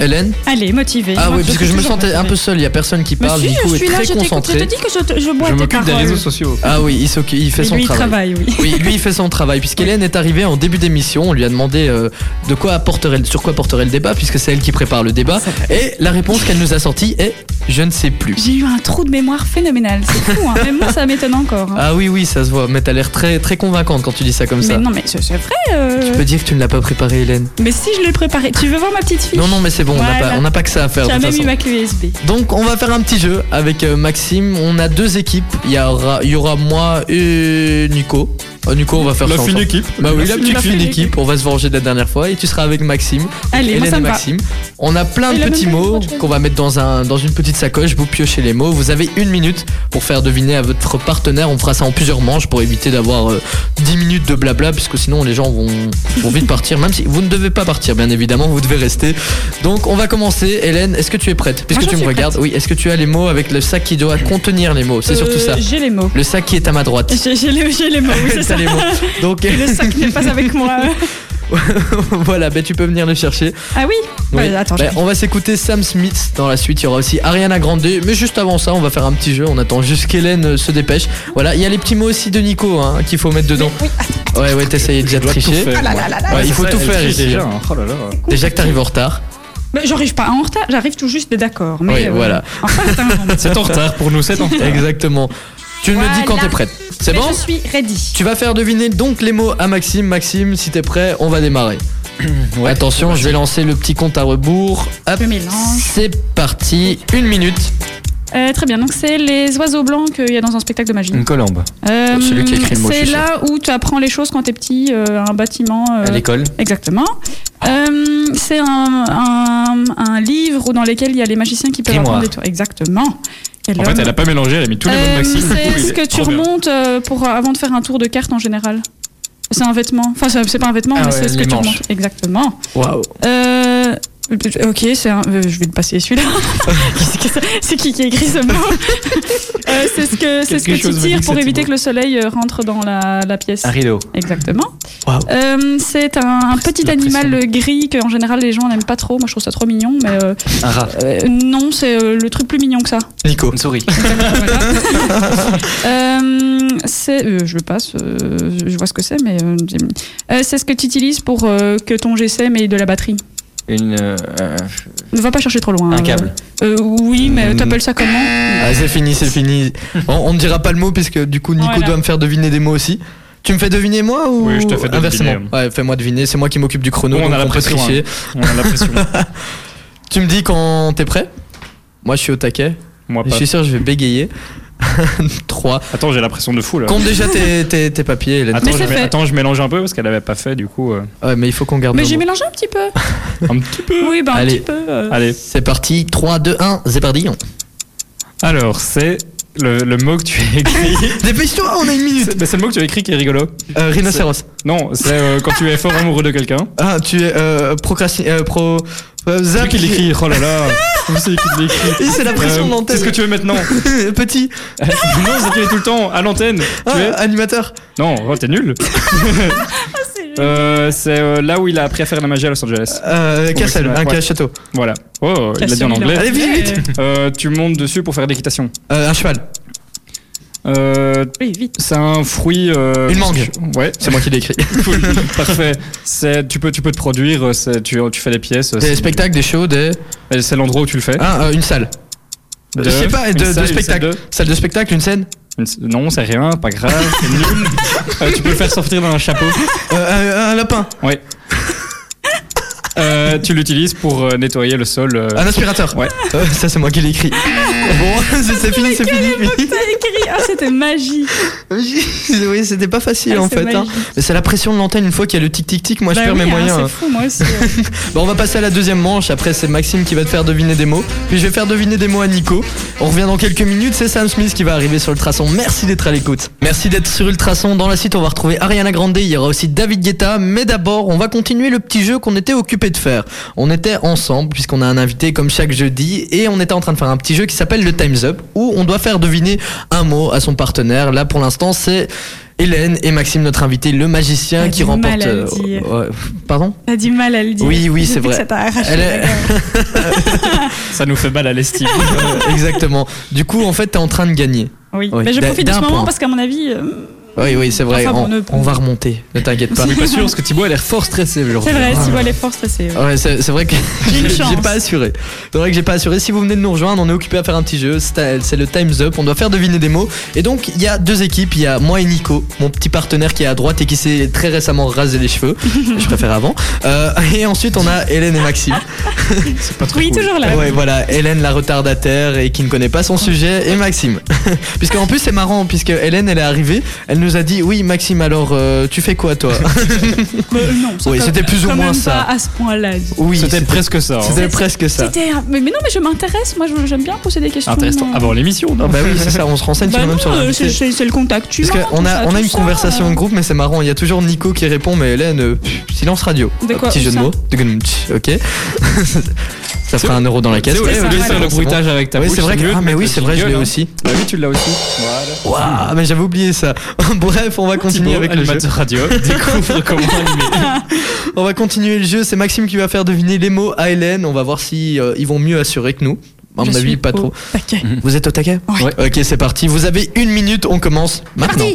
C: Hélène
E: Allez, motivée.
C: Ah
E: Moi,
C: oui, parce que
E: suis
C: je me
E: toujours
C: sentais un peu
E: motivée.
C: seul, il n'y a personne qui
E: Mais
C: parle,
E: Bah si,
C: Nico
E: je
C: est
E: suis là,
C: très
E: je t'écoute. Je
C: concentré.
E: te dis que je, te- je bois
D: Je
E: tes
D: m'occupe des
E: paroles.
D: réseaux sociaux.
C: Ah oui, il, s'occu- il fait
E: Mais
C: son
E: lui, il
C: travail.
E: travaille, oui.
C: Oui, lui il fait son travail puisqu'Hélène est arrivée en début d'émission, on lui a demandé euh, de quoi apporterait, sur quoi porterait le débat puisque c'est elle qui prépare le débat et la réponse qu'elle nous a sortie est je ne sais plus.
E: J'ai eu un trou de mémoire phénoménal. C'est fou, hein. Même moi, ça m'étonne encore. hein.
C: Ah oui oui ça se voit, mais t'as l'air très très convaincante quand tu dis ça comme
E: mais
C: ça.
E: non, mais c'est c'est vrai. euh,
C: Tu peux dire que tu ne l'as pas préparé Hélène.
E: Mais si je l'ai préparé. Tu veux voir ma petite fiche
C: Non non mais c'est bon, on n'a
E: Voilà.
C: pas- on n'a pas, que ça à faire.
E: Tu
C: de
E: as
C: toute
E: même eu
C: façon.
E: ma clé USB.
C: Donc on va faire un petit jeu avec euh, Maxime. On a deux équipes. Il y aura, il y aura moi et Nico. Euh, Nico on va faire
D: La
C: ça
D: fine
C: ensemble.
D: équipe.
C: Bah oui, la
E: La
C: petite
E: fine
C: fine
E: équipe.
C: équipe, on va se venger de la dernière fois et tu seras avec Maxime.
E: Allez, moi,
C: Hélène
E: ça
C: et
E: me va.
C: Maxime. On a plein
E: Et
C: de
E: la
C: petits
E: même
C: mots
E: manière,
C: qu'on va mettre dans, un, dans une petite sacoche. Vous piochez les mots. Vous avez une minute pour faire deviner à votre partenaire. On fera ça en plusieurs manches pour éviter d'avoir euh, 10 minutes de blabla, puisque sinon les gens vont, vont vite partir. Même si vous ne devez pas partir, bien évidemment, vous devez rester. Donc on va commencer. Hélène, est-ce que tu es prête Puisque
E: Moi, je
C: tu me
E: suis
C: regardes, oui, est-ce que tu as les mots avec le sac qui doit contenir les mots C'est surtout
E: Euh,
C: ça.
E: J'ai les mots.
C: Le sac qui est à ma droite.
E: J'ai j'ai les, j'ai les mots, oui, c'est
C: *laughs* T'as
E: ça.
C: les mots. Donc
E: Et le sac n'est pas avec moi.
C: *laughs* voilà, ben, tu peux venir le chercher.
E: Ah oui,
C: Oui.
E: Bah, Attends,
C: Ben,
E: je-
C: on va s'écouter Sam Smith dans la suite. Il y aura aussi Ariana Grande. Mais juste avant ça, on va faire un petit jeu. On attend juste qu'Hélène euh, se dépêche. Voilà, il y a les petits mots aussi de Nico hein, qu'il faut mettre dedans. Ouais, ouais, t'essayes déjà de
D: dois tout
C: tricher.
D: faire, moi.
C: Ouais, il faut tout faire ici.
D: Déjà, hein. oh là là.
C: Déjà que t'arrives en retard.
E: Mais j'arrive pas en retard, j'arrive tout juste, mais d'accord. Mais
C: Oui,
E: euh,
C: voilà.
E: Enfin,
C: *laughs*
E: c'est un moment.
D: C'est en retard pour nous, c'est en retard.
C: Exactement. Tu me dis quand
E: Voilà.
C: t'es prête. C'est
E: Mais
C: bon
E: Je suis ready.
C: Tu vas faire deviner donc les mots à Maxime. Maxime, si t'es prêt, on va
D: *clears throat*
C: démarrer. Attention, je vais lancer le petit compte à rebours. Hop,
E: Je mélange.
C: c'est parti. Une minute.
E: Euh, très bien, donc c'est les oiseaux blancs qu'il y a dans un spectacle de magie.
D: Une colombe.
E: Euh,
C: Mm. Celui qui écrit le mot, je
E: C'est
C: suis sûr.
E: là où tu apprends les choses quand t'es petit, euh, un bâtiment. euh,
F: À l'école
E: exactement. Euh, c'est un, un, un livre dans lequel il y a les magiciens qui peuvent
F: Grimoire.
E: apprendre des tours. Exactement. Quel
D: En fait,
E: homme.
D: elle a pas mélangé, elle a mis tous les mots de
E: Euh,
D: Maxime.
E: C'est ce que tu
D: Trop bien.
E: remontes euh, pour, euh, avant de faire un tour de carte en général. C'est un vêtement. Enfin, c'est c'est pas un vêtement,
C: Ah
E: mais
C: ouais,
E: c'est ce que
C: les
E: tu
C: manches.
E: remontes. Exactement.
C: Waouh.
E: Euh, ok, c'est un- euh, je vais le passer celui-là. Qu'est-ce que c'est- c'est qui qui a écrit ce mot Euh, C'est ce que, c'est ce que
D: Quelque chose
E: tu
D: me
E: tires
D: dit que
E: pour
D: c'est
E: éviter
D: Thibaut.
E: que le soleil euh, rentre dans la, la pièce.
F: Un rideau.
E: Exactement.
C: Waouh.
E: Euh, c'est un petit
C: la
E: animal gris qu'en général les gens n'aiment pas trop. Moi je trouve ça trop mignon, mais euh,
F: Un rat.
E: euh, non, c'est euh, le truc plus mignon que ça.
C: Nico.
F: Une souris. *laughs*
E: Euh, c'est, euh, je passe, euh, je vois ce que c'est, mais euh, j'ai- Euh, c'est ce que tu utilises pour euh, que ton GSM ait de la batterie.
F: Une, euh, euh,
E: Ne va pas chercher trop loin.
F: un
E: euh.
F: câble.
E: Euh, oui, mais
C: Mm.
E: t'appelles ça comment
C: Ah, c'est fini, c'est fini. On, on ne dira pas le mot puisque du coup Nico
E: Voilà.
C: doit me faire deviner des mots aussi. Tu me fais deviner moi ou
D: Oui, je te fais deviner.
C: inversement Ouais, fais-moi deviner, c'est moi qui m'occupe du chrono.
D: Bon, on
C: donc
D: a la
C: peut
D: pression, hein.
C: tricher.
D: On a l'impression. *laughs*
C: Tu me dis quand t'es prêt Moi je suis au taquet.
D: Moi
C: Je
D: Ah, pas.
C: suis sûr je vais bégayer. *laughs* 3.
D: Attends, j'ai la pression de fou là.
C: Compte déjà tes, tes- tes papiers, Hélène.
D: Attends,
E: Mais
D: je
E: c'est
D: mets-
E: fait.
D: attends, je mélange un peu parce qu'elle avait pas fait du coup. euh,
C: Ouais, mais il faut qu'on garde
E: Mais
C: nos
E: j'ai
C: mots.
E: mélangé un petit
C: *laughs*
E: peu.
D: Un petit peu.
E: Oui, bah un
C: Allez.
E: petit peu. euh.
D: Allez.
C: C'est parti, 3, 2, 1, c'est
D: *laughs*
C: parti.
D: Alors, c'est le, le mot que tu as
C: *laughs*
D: écrit.
C: Dépêche-toi, on a une minute.
D: c'est bah, c'est le mot que tu as écrit qui est rigolo.
C: Euh, rhinocéros.
D: Non, c'est euh, quand tu es fort amoureux de quelqu'un.
C: Ah, tu es euh, procrasti... euh, pro... euh,
D: C'est
C: zap.
D: lui qui l'écrit. Oh là là. C'est lui qui l'écrit.
C: Et C'est la pression
D: Euh,
C: dans
D: Qu'est-ce que tu veux
C: *laughs*
D: maintenant *laughs*
C: Petit,
D: Non, c'est tu es tout le temps à l'antenne. Tu
C: Ah,
D: es
C: animateur.
D: Non, oh, t'es nul. Euh, c'est euh, là où il a appris à faire la magie à Los Angeles.
C: Euh,
D: Au
C: Castle,
D: maximum,
C: un
D: ouais.
C: château.
D: Voilà. Oh, il l'a dit en anglais.
C: Allez, vite, vite.
D: Euh, tu montes dessus pour faire de l'équitation.
C: Euh, un cheval.
D: Euh,
E: Oui, vite.
D: c'est un fruit. euh,
C: Une mangue.
D: Ouais,
C: C'est moi qui l'ai écrit.
D: *laughs* cool. Parfait. C'est, tu peux, tu peux te produire. euh, c'est- tu, tu fais des pièces. euh,
C: Des
D: c'est-
C: spectacles, des shows, des.
D: Et C'est l'endroit où tu le fais.
C: Ah, euh, une salle.
D: De-
C: Je sais pas,
D: une
C: de, de
D: salle, une
C: spectacle.
D: salle
C: Salle de... spectacle, une scène.
D: de- une- non, c'est rien. Pas grave. C'est
C: *laughs*
D: nul. Euh, tu peux le faire sortir dans un chapeau.
C: Euh, un, un lapin.
D: Ouais. Euh, tu l'utilises pour euh, nettoyer le sol. euh,
C: Un aspirateur.
D: Ouais.
C: Euh, ça, c'est moi qui l'ai
D: *laughs*
C: écrit. bon, *laughs* c'est c'est fini, c'est fini.
E: T'as écrit. Ah, c'était magique.
C: fini. *laughs* oui, c'était pas facile
E: Ah,
C: en
E: c'est
C: fait. hein.
E: magique.
C: Mais c'est la pression de l'antenne une fois qu'il y a le tic-tic-tic. Moi,
E: Bah
C: je perds mes
E: oui, hein,
C: moyens. hein.
E: C'est fou, moi aussi. euh.
C: *laughs* Bon, on va passer à la deuxième manche. Après, c'est Maxime qui va te faire deviner des mots. Puis je vais faire deviner des mots à Nico. On revient dans quelques minutes. C'est Sam Smith qui va arriver sur le traçon. Merci d'être à l'écoute. Merci d'être sur Ultrason. Dans la suite, on va retrouver Ariana Grande. Il y aura aussi David Guetta. Mais d'abord, on va continuer le petit jeu qu'on était occupé de faire. On était ensemble, puisqu'on a un invité comme chaque jeudi. Et on était en train de faire un petit jeu qui s'appelle le Time's Up, où on doit faire deviner un mot à son partenaire. Là, pour l'instant, c'est Hélène et Maxime, notre invité, le magicien
E: T'as
C: qui
E: Ah, du mal
C: remporte. euh,
E: à le dire.
C: ouais. Pardon
E: T'as du mal à le dire.
C: Oui, oui, c'est
E: Depuis
C: vrai.
E: que Ça t'a arraché
C: Elle
E: la
C: est-
E: gueule.
D: *laughs* Ça nous fait mal à l'estime.
C: *laughs* Euh, Exactement. Du coup, en fait, t'es en train de gagner.
E: Oui.
C: Oui.
E: Mais je
C: D'un-
E: profite de
C: d'un
E: ce moment
C: point.
E: parce qu'à mon avis, euh,
C: Oui, oui, c'est vrai.
E: Enfin, bon,
C: on,
E: ne-
C: on va remonter. Ne t'inquiète pas.
E: Je suis pas sûr,
D: parce que Thibaut a l'air fort stressé
E: c'est
D: aujourd'hui.
E: vrai, si vous allez force, ça c'est. euh,
C: Ouais, c'est c'est vrai que
E: J'ai
C: *laughs*
E: une
C: j'ai
E: chance.
C: pas assuré. C'est vrai que j'ai pas assuré. Si vous venez de nous rejoindre, on est occupé à faire un petit jeu. C'est c'est le Time's Up. On doit faire deviner des mots. Et donc, il y a deux équipes. Il y a moi et Nico, mon petit partenaire qui est à droite et qui s'est très récemment rasé les cheveux. Je préfère avant. Euh, et ensuite, on a Hélène et Maxime.
D: C'est pas trop
E: Oui,
D: cool.
E: toujours là.
C: Ah, Ouais, voilà. Hélène, la retardataire et qui ne connaît pas son sujet, et Maxime. *laughs* puisque en plus, c'est marrant, puisque Hélène, elle est arrivée. Elle nous a dit Oui, Maxime, alors euh, tu fais
E: *laughs*
C: quoi toi
E: Mais Euh, non, ça
C: Oui,
E: quand-
C: c'était plus ou
E: quand
C: moins
E: même
C: ça.
E: Pas à ce point-là. dis-
C: Oui,
D: C'était presque ça. hein.
C: C'était presque ça.
E: C'était. un- Mais, mais non, mais je m'intéresse. Moi, je- j'aime bien poser des questions.
D: Intéressant.
E: euh,
D: Avant l'émission,
C: Ah
D: non
C: bah oui, c'est ça, on se renseigne
E: bah
C: sur- même
E: non,
C: sur
E: euh,
C: l'invité.
E: c'est c'est- c'est le contact humain.
C: Parce qu'on a,
E: tout
C: on
E: ça,
C: a une
E: tout ça,
C: conversation
E: euh.
C: de groupe, mais c'est marrant. Il y a toujours Nico qui répond, mais Hélène, euh, pff, silence radio.
E: De quoi
C: Petit jeu de
E: ça
C: mots. Ok. *laughs* ça fera un euro dans la caisse.
D: C'est
E: ouais,
D: ça,
E: ouais,
D: faire le
C: forcément.
D: bruitage avec ta
C: Oui,
D: bouche,
C: c'est vrai.
D: c'est
C: que-
D: mieux
C: ah,
D: de
C: mais oui,
D: mettre
C: c'est
D: le
C: vrai, je l'ai
D: jingle, hein.
C: aussi.
D: Bah oui, tu l'as aussi.
C: Waouh, mais j'avais oublié ça. *laughs* Bref, on va continuer
D: Thibaut,
C: avec le jeu.
D: animateur radio, découvre comment animer.
C: On va continuer le jeu. C'est Maxime qui va faire deviner les mots à Hélène. On va voir si euh, ils vont mieux assurer que nous. À
E: Je
C: mon avis,
E: suis
C: pas
E: au
C: trop.
E: taquet.
D: Mhm.
C: Vous êtes au taquet
E: Ouais.
C: Ok, c'est parti. Vous avez une minute. On commence maintenant.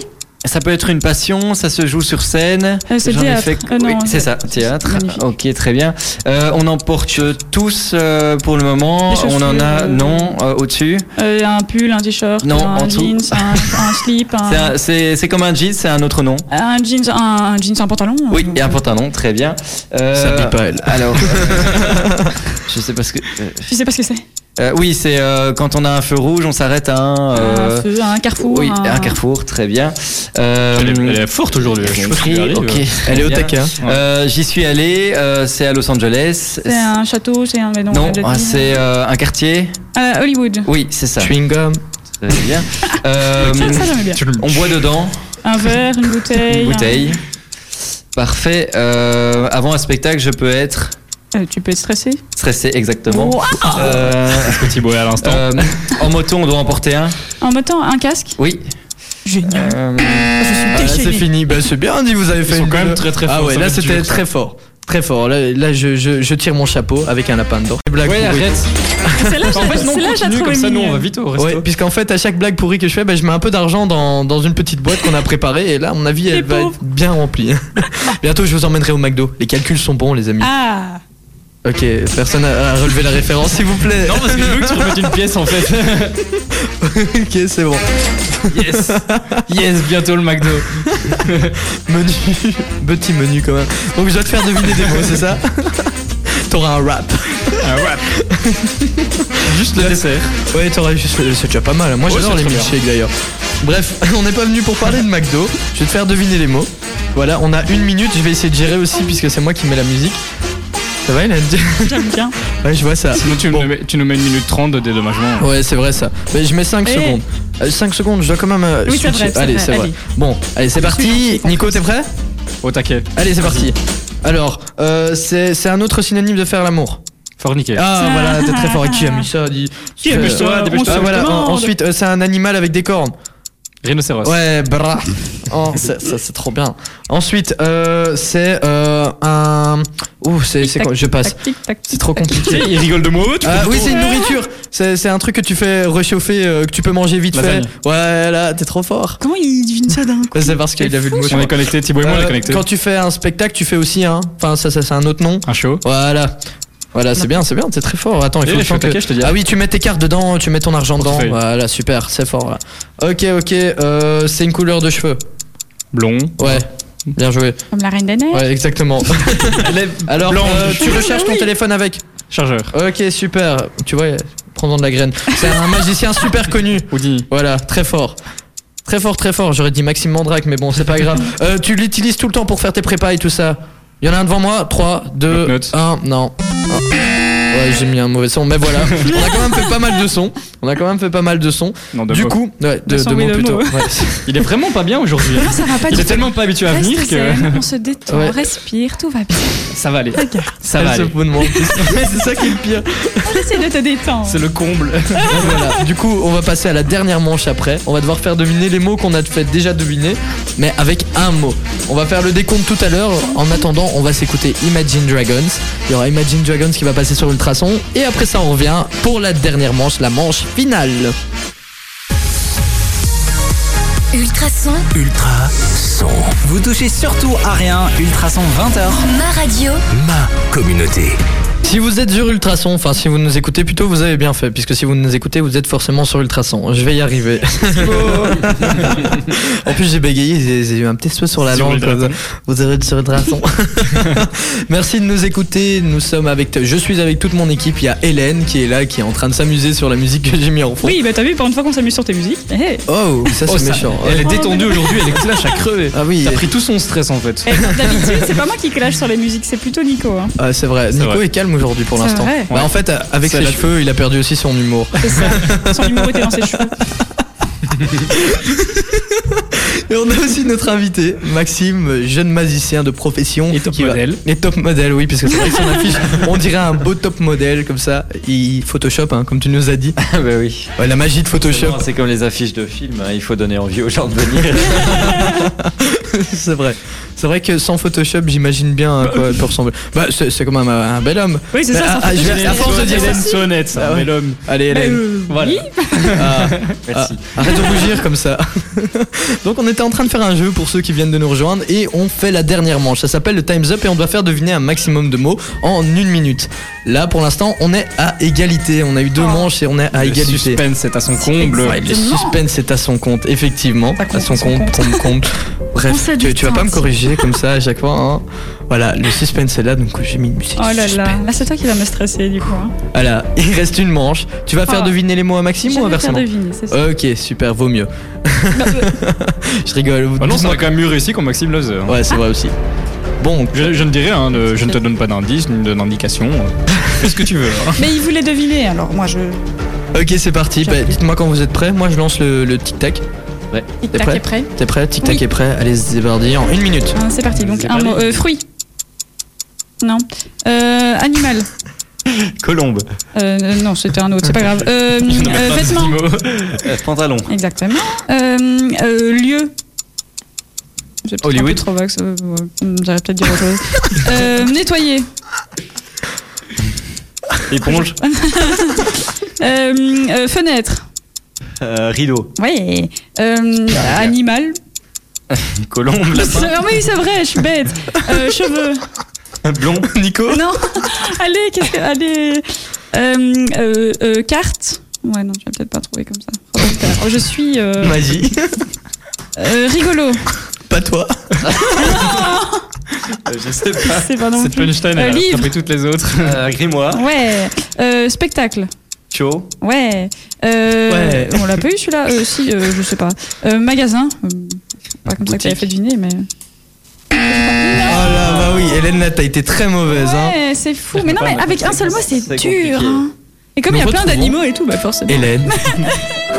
F: Ça peut être une passion, ça se joue sur scène.
E: Euh, c'est le
F: J'en ai
E: théâtre.
F: fait-
E: Euh, non,
F: oui, c'est
E: euh,
F: ça, théâtre.
E: magnifique.
F: Ok, très bien. Euh, on en porte tous euh, pour le moment.
E: Des
F: On en a,
E: chaussures.
F: non, euh, au-dessus.
E: Euh, un pull, un t-shirt,
F: Non, en
E: un
F: dessous.
E: jeans, un, un slip,
F: C'est
E: un,
F: un- C'est c'est comme un jean, c'est un autre nom.
E: un jeans, un, un jeans, un pantalon.
F: Oui,
E: euh,
F: et un pantalon, très bien. Euh,
C: Ça pique pas, elle.
D: *laughs*
F: Alors, euh, je sais pas ce que. euh,
E: Je sais pas ce que c'est.
F: euh, oui, c'est euh, quand on a un feu rouge, on s'arrête à un. euh,
E: un feu, un carrefour.
F: oui, un carrefour, très bien. Euh,
D: Elle est- elle est forte aujourd'hui. Je sais pas ce qui lui arrive.
F: ok,
C: Elle est au
F: bien.
C: taquet. hein.
F: Euh, J'y suis allé, euh, c'est à Los Angeles.
E: C'est un château, c'est un. mais non, on
F: Non,
E: l'a déjà
F: ah,
E: dit.
F: c'est euh, un quartier.
E: À Hollywood.
F: Oui, c'est ça.
C: Chewing gum.
F: Très bien. Euh,
E: Ça, ça, j'aimais bien.
F: on boit dedans,
E: Un verre, une bouteille.
F: une bouteille. Parfait. Euh, avant un spectacle, je peux être
E: un- Euh, tu peux être stressé.
F: stressé, exactement. Euh,
D: Parce que Thibaut est à l'instant.
F: euh, en moto, on doit en porter un.
E: En même temps, un casque.
F: Oui.
E: Génial.
F: Euh,
C: Ah, là, c'est fini. Bah, c'est bien dit. Vous avez fait
D: Ils sont
C: une
D: quand même
C: bonne-
D: très très forts.
C: Ah ouais,
D: ça
C: là
D: va être
C: c'était
D: dur, ça.
C: très fort. Très fort. Là, là, je, je- je tire mon chapeau avec un lapin dedans. Les blagues
D: Ouais,
C: pourries.
D: arrête.
F: *laughs*
E: C'est là,
D: En fait, non,
E: c'est là, je la
D: continue,
E: trouve
D: comme ça, nous, on va
E: mignonne.
D: vite au
C: Ouais,
D: resto.
C: puisqu'en fait, à chaque blague pourrie que je fais, bah, je mets un peu d'argent dans, dans une petite boîte qu'on a préparée. Et là, à mon avis, elle
E: *laughs* Les
C: va
E: pauvres.
C: être bien remplie. *laughs* Bientôt, je vous emmènerai au McDo. Les calculs sont bons, les amis.
E: Ah.
C: Ok, personne a, a relevé la référence, s'il vous plaît.
D: Non, parce que je
C: *laughs*
D: veux que tu remettes une pièce en fait.
C: ok, c'est bon.
D: Yes.
F: *laughs*
D: Yes, bientôt le McDo.
C: *laughs* Menu, petit menu quand même. Donc, je dois te faire deviner des mots, c'est ça T'auras un rap.
D: Ah ouais. Juste le dessert.
C: Ouais, t'aurais juste. C'est déjà pas mal. Moi,
D: Ouais,
C: j'adore les
D: c'est très bien.
C: milkshakes d'ailleurs. Bref, *laughs* on n'est pas venu pour parler de McDo. Je vais te faire deviner les mots. Voilà, on a une minute. Je vais essayer de gérer aussi puisque c'est moi qui mets la musique. Ça va, Hélène
E: J'aime bien.
C: Ouais, je vois ça.
D: Sinon, tu,
C: Bon.
D: nous mets, tu nous mets une minute trente de dédommagement.
C: Ouais, c'est vrai ça. Mais je mets 5
E: Eh.
C: secondes. 5 secondes, je dois quand même. euh,
E: Oui, c'est vrai,
C: switcher.
E: c'est
C: Allez,
E: vrai,
C: c'est vrai.
E: allez.
C: Bon, allez, c'est parti.
E: suis concentrée.
C: Nico, t'es prêt
D: Au taquet.
C: Allez, c'est parti. Alors, euh, c'est c'est un autre synonyme de faire l'amour.
D: Forniqué.
C: Ah, voilà, t'es très fort. Et qui a mis ça dis
E: Qui a mis ça
C: Ah,
E: Dépêche-toi.
C: voilà.
E: Euh, On se
C: Ensuite, euh, c'est un animal avec des cornes.
D: Rhinocéros.
C: Ouais, bra. Oh, ça, ça, c'est trop bien. Ensuite, euh, c'est euh, un. Ouh, c'est c'est quoi Je passe.
E: Tactique, tactique.
C: C'est trop compliqué.
D: Il rigole de moi. tu
C: Ah
D: peux-
C: oui, c'est une nourriture. C'est c'est un truc que tu fais réchauffer, euh, que tu peux manger vite fait.
D: Lasagne.
C: Ouais, là, t'es trop fort.
E: Comment il devine ça d'un coup
C: Ouais, C'est parce qu'il a vu le mot. je
D: On
C: crois.
D: est connectés, Thibaut et moi, on est
C: Euh,
D: connectés.
C: quand tu fais un spectacle, tu fais aussi un. Enfin, ça, ça c'est un autre nom.
D: Un show.
C: Voilà. Voilà, c'est bien, c'est bien, t'es très fort. Attends, il
D: Eh,
C: faut
D: je suis au
C: que-
D: taquet, je te dis.
C: Ah oui, tu mets tes cartes dedans, tu mets ton argent dedans.
D: Portefeuille.
C: Voilà, super, c'est fort. là. Ok, ok, euh, c'est une couleur de cheveux.
D: Blond.
C: Ouais, bien joué.
E: Comme la reine des neiges.
C: Ouais,
D: *laughs*
C: exactement. Alors,
D: blanche.
C: euh, tu recherches ton
E: Oui.
C: téléphone avec.
D: Chargeur.
C: Ok, super. Tu vois, prends-en de la graine. C'est un magicien super connu.
D: Houdini.
C: Voilà, très fort. Très fort, très fort. J'aurais dit Maxime Mandrake, mais bon, c'est pas *laughs* grave. Euh, tu l'utilises tout le temps pour faire tes prépas et tout ça. Il y en a un devant moi. 3, 2,
D: Note-note.
C: 1. Non. Ah. Ouais, j'ai mis un mauvais son, mais voilà. On a quand même fait pas mal de sons. On a quand même fait pas mal de sons.
D: Non, de
C: du
D: mots.
C: coup, ouais, de,
E: De sons
C: de
E: et
C: mots
E: de
C: plutôt.
E: mots.
C: Ouais.
D: il est vraiment pas bien
E: *laughs*
D: aujourd'hui. hein.
E: Vraiment, ça va pas
D: Il
E: du
D: est
E: tout.
D: tellement pas habitué à
E: Reste
D: venir que
E: zen, on se détend,
C: Ouais.
E: on respire, tout va bien.
D: *laughs*
E: *laughs*
D: ça va aller. Ça va
C: Elle se
D: aller.
C: fout de moi. *laughs* C'est ça qui est le pire.
E: J'essaie de te détendre.
D: C'est le comble.
C: Donc voilà. Du coup, on va passer à la dernière manche après. On va devoir faire deviner les mots qu'on a fait déjà deviner, mais avec un mot. On va faire le décompte tout à l'heure. En attendant, on va s'écouter Imagine Dragons. Il y aura Imagine Dragons qui va passer sur Ultrason. Et après ça, on revient pour la dernière manche, la manche finale.
A: Ultrason,
G: Ultra son. Vous touchez surtout à rien. Ultra son 20h.
A: ma radio.
G: Ma communauté.
C: Si vous êtes sur Ultrason, enfin si vous nous écoutez plutôt, vous avez bien fait, puisque si vous nous écoutez, vous êtes forcément sur Ultrason. Je vais y arriver. *laughs* en plus, j'ai bégayé, j'ai- j'ai eu un petit souhait sur la
D: Sur
C: langue.
D: Ultrason.
C: quoi. Vous êtes sur Ultrason. *laughs* Merci de nous écouter. Nous sommes avec, je suis avec toute mon équipe. Il y a Hélène qui est là, qui est en train de s'amuser sur la musique que j'ai mis en fond.
E: Oui, bah t'as vu, pour une fois qu'on s'amuse sur tes musiques. Eh,
C: Oh, ça c'est
D: Oh, ça-
C: méchant.
D: Elle est
E: Oh,
D: détendue
E: mais-
D: aujourd'hui, elle est clash à crever.
C: Ah oui,
D: T'as pris tout son stress en fait.
E: eh, D'habitude, c'est pas moi qui clash sur les musiques, c'est plutôt Nico. hein.
C: ah, c'est vrai. Nico
D: vrai.
C: est calme aujourd'hui pour
E: C'est
C: l'instant.
E: vrai.
C: Bah, en fait, avec
D: C'est
C: ses
D: la-
C: cheveux, il a perdu aussi son humour.
E: C'est ça. Son humour était dans ses cheveux.
C: *laughs* Et on a aussi notre invité, Maxime, jeune magicien de profession.
D: Et top
C: qui va-
D: modèle.
C: Et top modèle, oui, puisque c'est vrai que son affiche, on dirait un beau top modèle comme ça. Il Photoshop, hein, comme tu nous as dit.
F: bah oui.
C: Ouais, la magie de Photoshop,
F: C'est comme les affiches de films, hein, il faut donner envie aux gens de venir. *laughs*
C: c'est vrai. C'est vrai que sans Photoshop, j'imagine bien à quoi elle peut ressembler. Bah, c'est c'est quand même un, un bel homme.
E: Oui, c'est
D: Bah,
C: Mais,
E: ça.
C: ah, ah, je vais- à force de dire
D: Hélène
C: ça.
D: Sonnette,
C: Ah
D: ça,
C: ouais.
D: bel homme.
C: Allez, Hélène.
E: Euh,
D: Voilà.
C: Ah,
F: Merci.
C: ah, arrête de rougir comme ça. *laughs* Donc, on était en train de faire un jeu pour ceux qui viennent de nous rejoindre et on fait la dernière manche. Ça s'appelle le Time's Up et on doit faire deviner un maximum de mots en une minute. Là, pour l'instant, on est à égalité. On a eu deux manches et on est à
D: Le
C: égalité.
D: suspense est à son comble.
C: Ouais, le suspense est à son compte, effectivement.
E: Ça compte,
C: à son
E: son
C: compte, compte,
E: *laughs*
C: compte.
E: On
C: Bref,
E: se
C: tu, tu vas pas me
E: détend.
C: corriger comme ça à chaque fois. hein. Voilà, le suspense est là, donc j'ai mis une musique.
E: Oh là là,
C: suspense.
E: là c'est toi qui vas me stresser du coup. hein.
C: Voilà, *laughs* il reste une manche. Tu vas faire
E: Ah.
C: deviner les mots à Maxime
E: Je
C: ou
E: vais faire
C: inversement
E: deviner, Bah, euh. c'est ça.
D: Euh.
C: Ok, super, vaut mieux. *laughs* Je rigole.
D: Ah non, ça
C: dites-moi-
D: aurait quand même mieux réussi qu'en Maxime Lozer.
C: Ouais, c'est vrai aussi. Bon,
D: Je, je ne dirais, hein, le- je ne te donne pas d'indice, ni de- d'indication. Fais ce que tu veux. hein.
E: Mais il voulait deviner, alors moi je.
C: ok, c'est parti.
E: J'ai
C: Bah,
E: appris.
C: Dites-moi quand vous êtes prêts. Moi, je lance le, le tic-tac.
E: Tic
C: T'es prêt
E: tac est prêt.
C: T'es prêt Tic-tac
E: Oui.
C: est prêt. Allez, c'est débardi en une minute.
E: Hein, c'est parti, donc
D: C'est
E: un
D: pas
E: mot.
D: les-
E: Euh, fruit. Non. Euh, animal.
D: Colombe.
E: Euh, euh, non, c'était un autre, c'est pas grave.
D: *laughs*
E: Euh,
D: Je n'aurais
E: euh,
D: pas
E: vêtements.
D: dit mot.
F: Euh, pantalon.
E: Exactement. Euh, euh, lieu. J'ai peut-être un peu
D: Hollywood.
E: trop vague, ça, ouais, hum, J'allais peut-être dire autre chose. Euh, nettoyer.
F: Éponge.
E: Euh, euh, fenêtre.
F: Euh, rideau.
E: Oui. Euh, animal.
F: Colombe.
E: Ah *laughs* oui, c'est vrai, je suis bête. Euh, cheveux.
F: *laughs* Blond. Nico.
E: Non. *laughs* Allez, qu'est-ce que. Allez. Euh, euh, euh, carte. Ouais, non, je vais peut-être pas trouver comme ça. Oh, putain. Je suis euh,
C: Magie.
E: euh, rigolo.
C: Pas toi.
F: Euh, je sais pas.
E: C'est pas non
D: Cette
E: plus.
D: punchline,
E: Euh,
D: elle a
E: livre.
D: pris toutes les autres.
F: Euh, grimoire.
E: Ouais. Euh, spectacle.
F: Chaud.
E: Ouais. Euh,
C: Ouais.
E: On l'a pas eu celui-là Euh, Si, euh, je sais pas. Euh, magasin. Euh, Pas comme ça que
F: Boutique.
E: t'avais fait deviner, mais. Ah.
C: Oh là, bah oui, Hélène, là, t'as été très mauvaise. hein.
E: Ouais, c'est fou. Mais non, mais avec un seul mot, c'est
F: C'est compliqué.
E: dur. hein. Et comme il y a
C: Nous
E: plein
C: retrouvons
E: d'animaux et tout, bah forcément.
C: Hélène.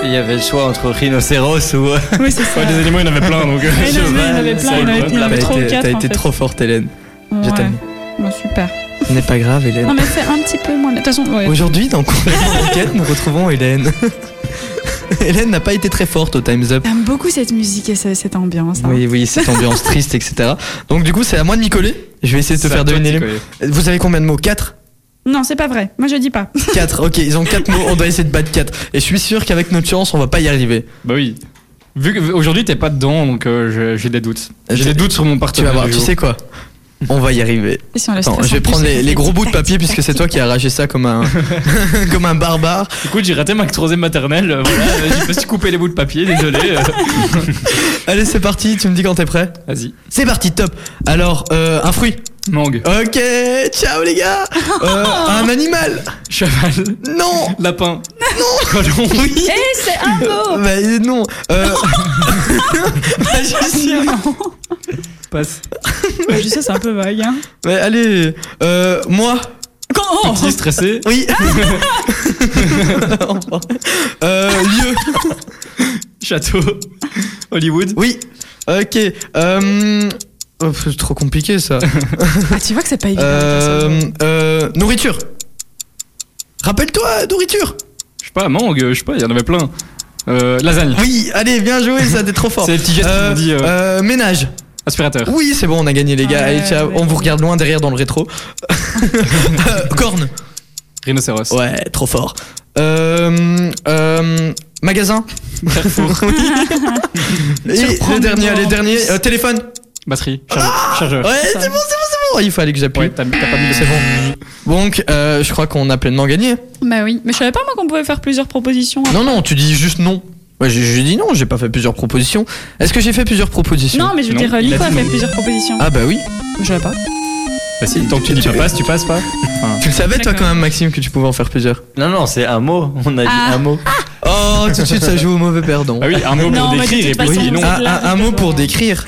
F: Il y avait le choix entre rhinocéros ou.
E: Oui, c'est ça.
D: Ouais, des éléments, il y en avait plein *laughs* donc. euh,
E: Mais non, mais il y en avait plein, il y en avait- il y
C: Ah, T'as
E: en avait
C: été,
E: trois ou quatre,
C: t'as
E: en
C: été
E: fait.
C: trop forte, Hélène. Je
E: Ouais.
C: t'aime.
E: Bon, super.
C: Ce n'est pas grave,
E: Non,
C: Hélène.
E: mais fais un petit peu moins. mais De toute façon, ouais.
C: Aujourd'hui, dans Complètement Enquête, nous retrouvons Hélène. Hélène n'a pas été très forte au Time's Up.
E: J'aime beaucoup cette musique et ce- cette ambiance. hein.
C: Oui, oui, cette ambiance triste, etc. Donc, du coup, c'est à moi de m'y coller. Je vais essayer de te
D: C'est à
C: faire
D: toi de
C: deviner les
D: t'y
C: mots. Vous avez combien de mots 4
E: Non, c'est pas vrai. Moi, je dis pas.
C: 4, ok, ils ont 4 mots, on doit essayer de battre 4. Et je suis sûr qu'avec notre chance, on va pas y arriver.
D: Bah oui. Vu qu'aujourd'hui t'es pas dedans, donc euh, j'ai- j'ai des doutes. J'ai des doutes sur mon
C: Tu vas
D: partenaire.
C: voir,
D: du
C: tu
D: jour.
C: sais quoi On va y arriver.
E: Et si on le
C: Attends,
E: stresse
C: je vais
E: en plus,
C: prendre les,
E: c'est-
C: les gros bouts de papier puisque c'est toi qui as arraché ça comme un, *laughs* comme un barbare.
D: Écoute, j'ai raté ma troisième maternelle. euh, Voilà, euh, *laughs* j'ai pas su couper les bouts de papier, désolé. euh.
C: Allez, c'est parti, tu me dis quand t'es prêt
D: Vas-y.
C: C'est parti, top Alors, euh, un fruit.
D: Mangue,
C: Ok, ciao les
D: *laughs*
C: gars Euh, Un animal
D: cheval,
C: Non
D: lapin, colombe.
C: Oui
E: Eh, c'est un
C: *laughs*
E: mot
C: Bah euh, non euh... *laughs* Bah, Magicien
D: Passe.
E: Ouais, Je sais, c'est un peu vague. Hein.
C: Mais allez Bah, euh, Moi
E: Quand- Non.
D: petit stressé. *laughs*
C: Oui. *laughs* euh, lieu.
D: Château. *laughs* Hollywood.
C: Oui. Ok. Euh, oh, c'est trop compliqué
D: *laughs*
C: ça.
E: Ah, tu vois que c'est pas évident.
C: Euh, euh, nourriture. Rappelle-toi, nourriture.
D: Je sais pas, mangue, je sais pas, il y en avait plein. Euh, lasagne.
C: Oui, allez, bien joué, ça, t'es trop fort.
D: C'est les petits gestes qu'on
C: Euh,
D: dit, euh.
C: euh, ménage.
D: Aspirateur.
C: Oui, c'est bon, on a gagné les gars.
E: Ouais,
C: Allez, ciao.
E: ouais.
C: On vous regarde loin derrière dans le rétro. Euh, Corne.
D: Rhinocéros.
C: Ouais, trop fort. Euh, euh, magasin. *laughs* Et
E: Surprends
C: le dernier,
E: dedans.
C: les derniers. euh, téléphone.
D: Batterie. Chargeur. chargeur.
C: Ouais, c'est bon, c'est bon, c'est bon. Il fallait que j'appuie.
D: Ouais, t'as t'as pas mis le
C: C'est bon. Donc, euh, je crois qu'on a pleinement gagné.
E: Bah oui, mais je savais pas moi qu'on pouvait faire plusieurs propositions.
C: Non, non, tu dis juste non. Ouais, j'ai j'ai dit non, j'ai pas fait plusieurs propositions. Est-ce que j'ai fait plusieurs propositions
E: Non, mais je veux
D: Non,
E: dire, euh,
D: il
E: Nico
D: a
E: a
D: dit
E: fait
D: non.
E: plusieurs propositions.
C: Ah bah oui.
E: Je savais pas.
D: Bah si, tant que tu dis pas passe, tu passes pas.
C: Tu le savais toi quand même Maxime que tu pouvais en faire plusieurs.
F: Non, non, c'est un mot. On a dit
E: Ah.
F: un mot.
C: Oh, tout de suite ça joue au mauvais perdant.
D: Ah oui, un mot
E: Non,
D: pour
E: mais de
D: décrire et
E: toute
D: puis
E: façon,
D: oui, non.
E: c'est
C: Un,
E: de la-
C: Ah, un- un mot pour décrire.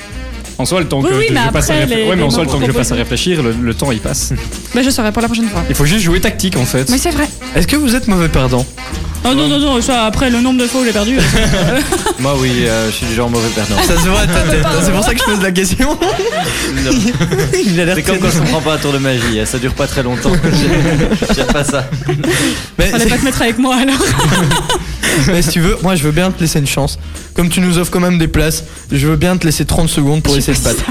D: En soi, le temps
E: Oui,
D: que,
E: oui,
D: que
E: mais
D: je passe à
E: après,
D: réfléchir,
E: les-
D: ouais, mais en
E: les
D: soi, le
E: mots
D: temps que je
E: proposés.
D: passe à réfléchir, le, le temps il passe.
E: Mais Bah, je saurais pour la prochaine fois.
D: Il faut juste jouer tactique en fait.
E: Mais c'est vrai.
C: Est-ce que vous êtes mauvais perdant
E: Non, non, non, non, ça après le nombre de fois où j'ai perdu.
F: Moi, oui, euh, je suis du genre mauvais perdant.
C: Ça se voit à ta tête. C'est pour ça que je pose la question. *laughs* Il a l'air
F: C'est comme
C: très
F: quand on prend pas un tour de magie. hein, Ça dure pas très longtemps. *laughs* J'aime- J'aime pas ça.
C: Mais
E: Fallait pas te mettre avec moi *laughs* alors.
C: Mais si tu veux, moi je veux bien te laisser une chance. Comme tu nous offres quand même des places, je veux bien te laisser 30 secondes pour essayer de battre.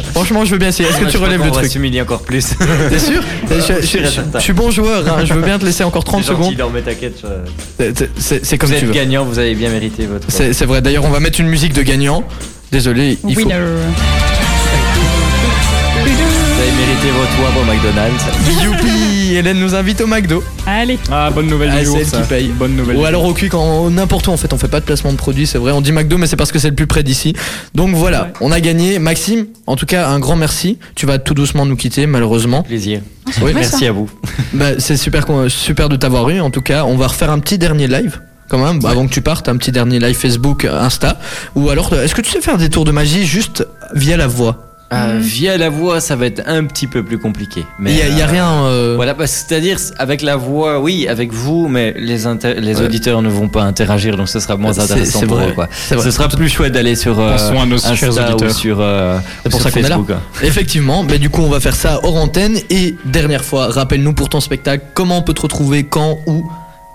C: *laughs* Franchement, je veux bien essayer. Est-ce que tu relèves le
F: On va
C: truc
F: s'humilier encore plus.
C: *laughs* T'es sûr je, je-
F: Je suis
C: je-
F: certain.
C: je suis bon joueur, hein, je veux bien te laisser encore 30 secondes.
F: Il en met t'inquiète. je-
C: C'est- c'est- C'est c'est comme
F: euh, Vous
C: tu veux.
F: êtes gagnant, vous avez bien mérité votre.
C: C'est c'est vrai, d'ailleurs on va mettre une musique de gagnant. Désolé, il faut.
F: Vous avez mérité votre wab au McDonald's.
C: Youpi Hélène nous invite au McDo.
E: Allez,
D: Ah, bonne nouvelle
C: Ah,
D: du
C: c'est
D: jour.
C: elle
D: ça.
C: qui paye.
D: Bonne nouvelle.
C: Ou
D: du
C: alors
D: jour.
C: au cuit, quand n'importe où en fait, on fait pas de placement de produit, c'est vrai, on dit McDo mais c'est parce que c'est le plus près d'ici. Donc voilà,
E: Ouais.
C: on a gagné. Maxime, en tout cas un grand merci. Tu vas tout doucement nous quitter malheureusement.
F: Plaisir.
C: Oui,
E: Ouais,
F: Merci à vous.
C: Bah, c'est super, qu'on- super de t'avoir eu. En tout cas, on va refaire un petit dernier live. Quand même, bah, avant que tu partes, un petit dernier live Facebook, Insta. Ou alors, est-ce que tu sais faire des tours de magie juste via la voix
F: Euh, via la voix, ça va être un petit peu plus compliqué.
C: Il
F: Mais
C: y a, y a
F: euh,
C: rien. euh,
F: Voilà, *laughs* parce que c'est-à-dire avec la voix, oui, avec vous, mais les, inter- les
C: Ouais.
F: auditeurs ne vont pas interagir, donc ce sera moins
C: C'est-
F: intéressant
C: c'est
F: pour
C: vrai.
F: eux. Quoi.
C: c'est vrai.
F: Ce sera plus chouette d'aller sur euh,
D: Pensons à nos
F: Insta
D: chers
F: ou
D: auditeurs.
F: sur, euh,
C: C'est pour
F: sur
C: ça qu'on est là.
F: Facebook. hein.
C: Effectivement, mais du coup, on va faire ça hors antenne. Et dernière fois, rappelle-nous pour ton spectacle, comment on peut te retrouver, quand, où.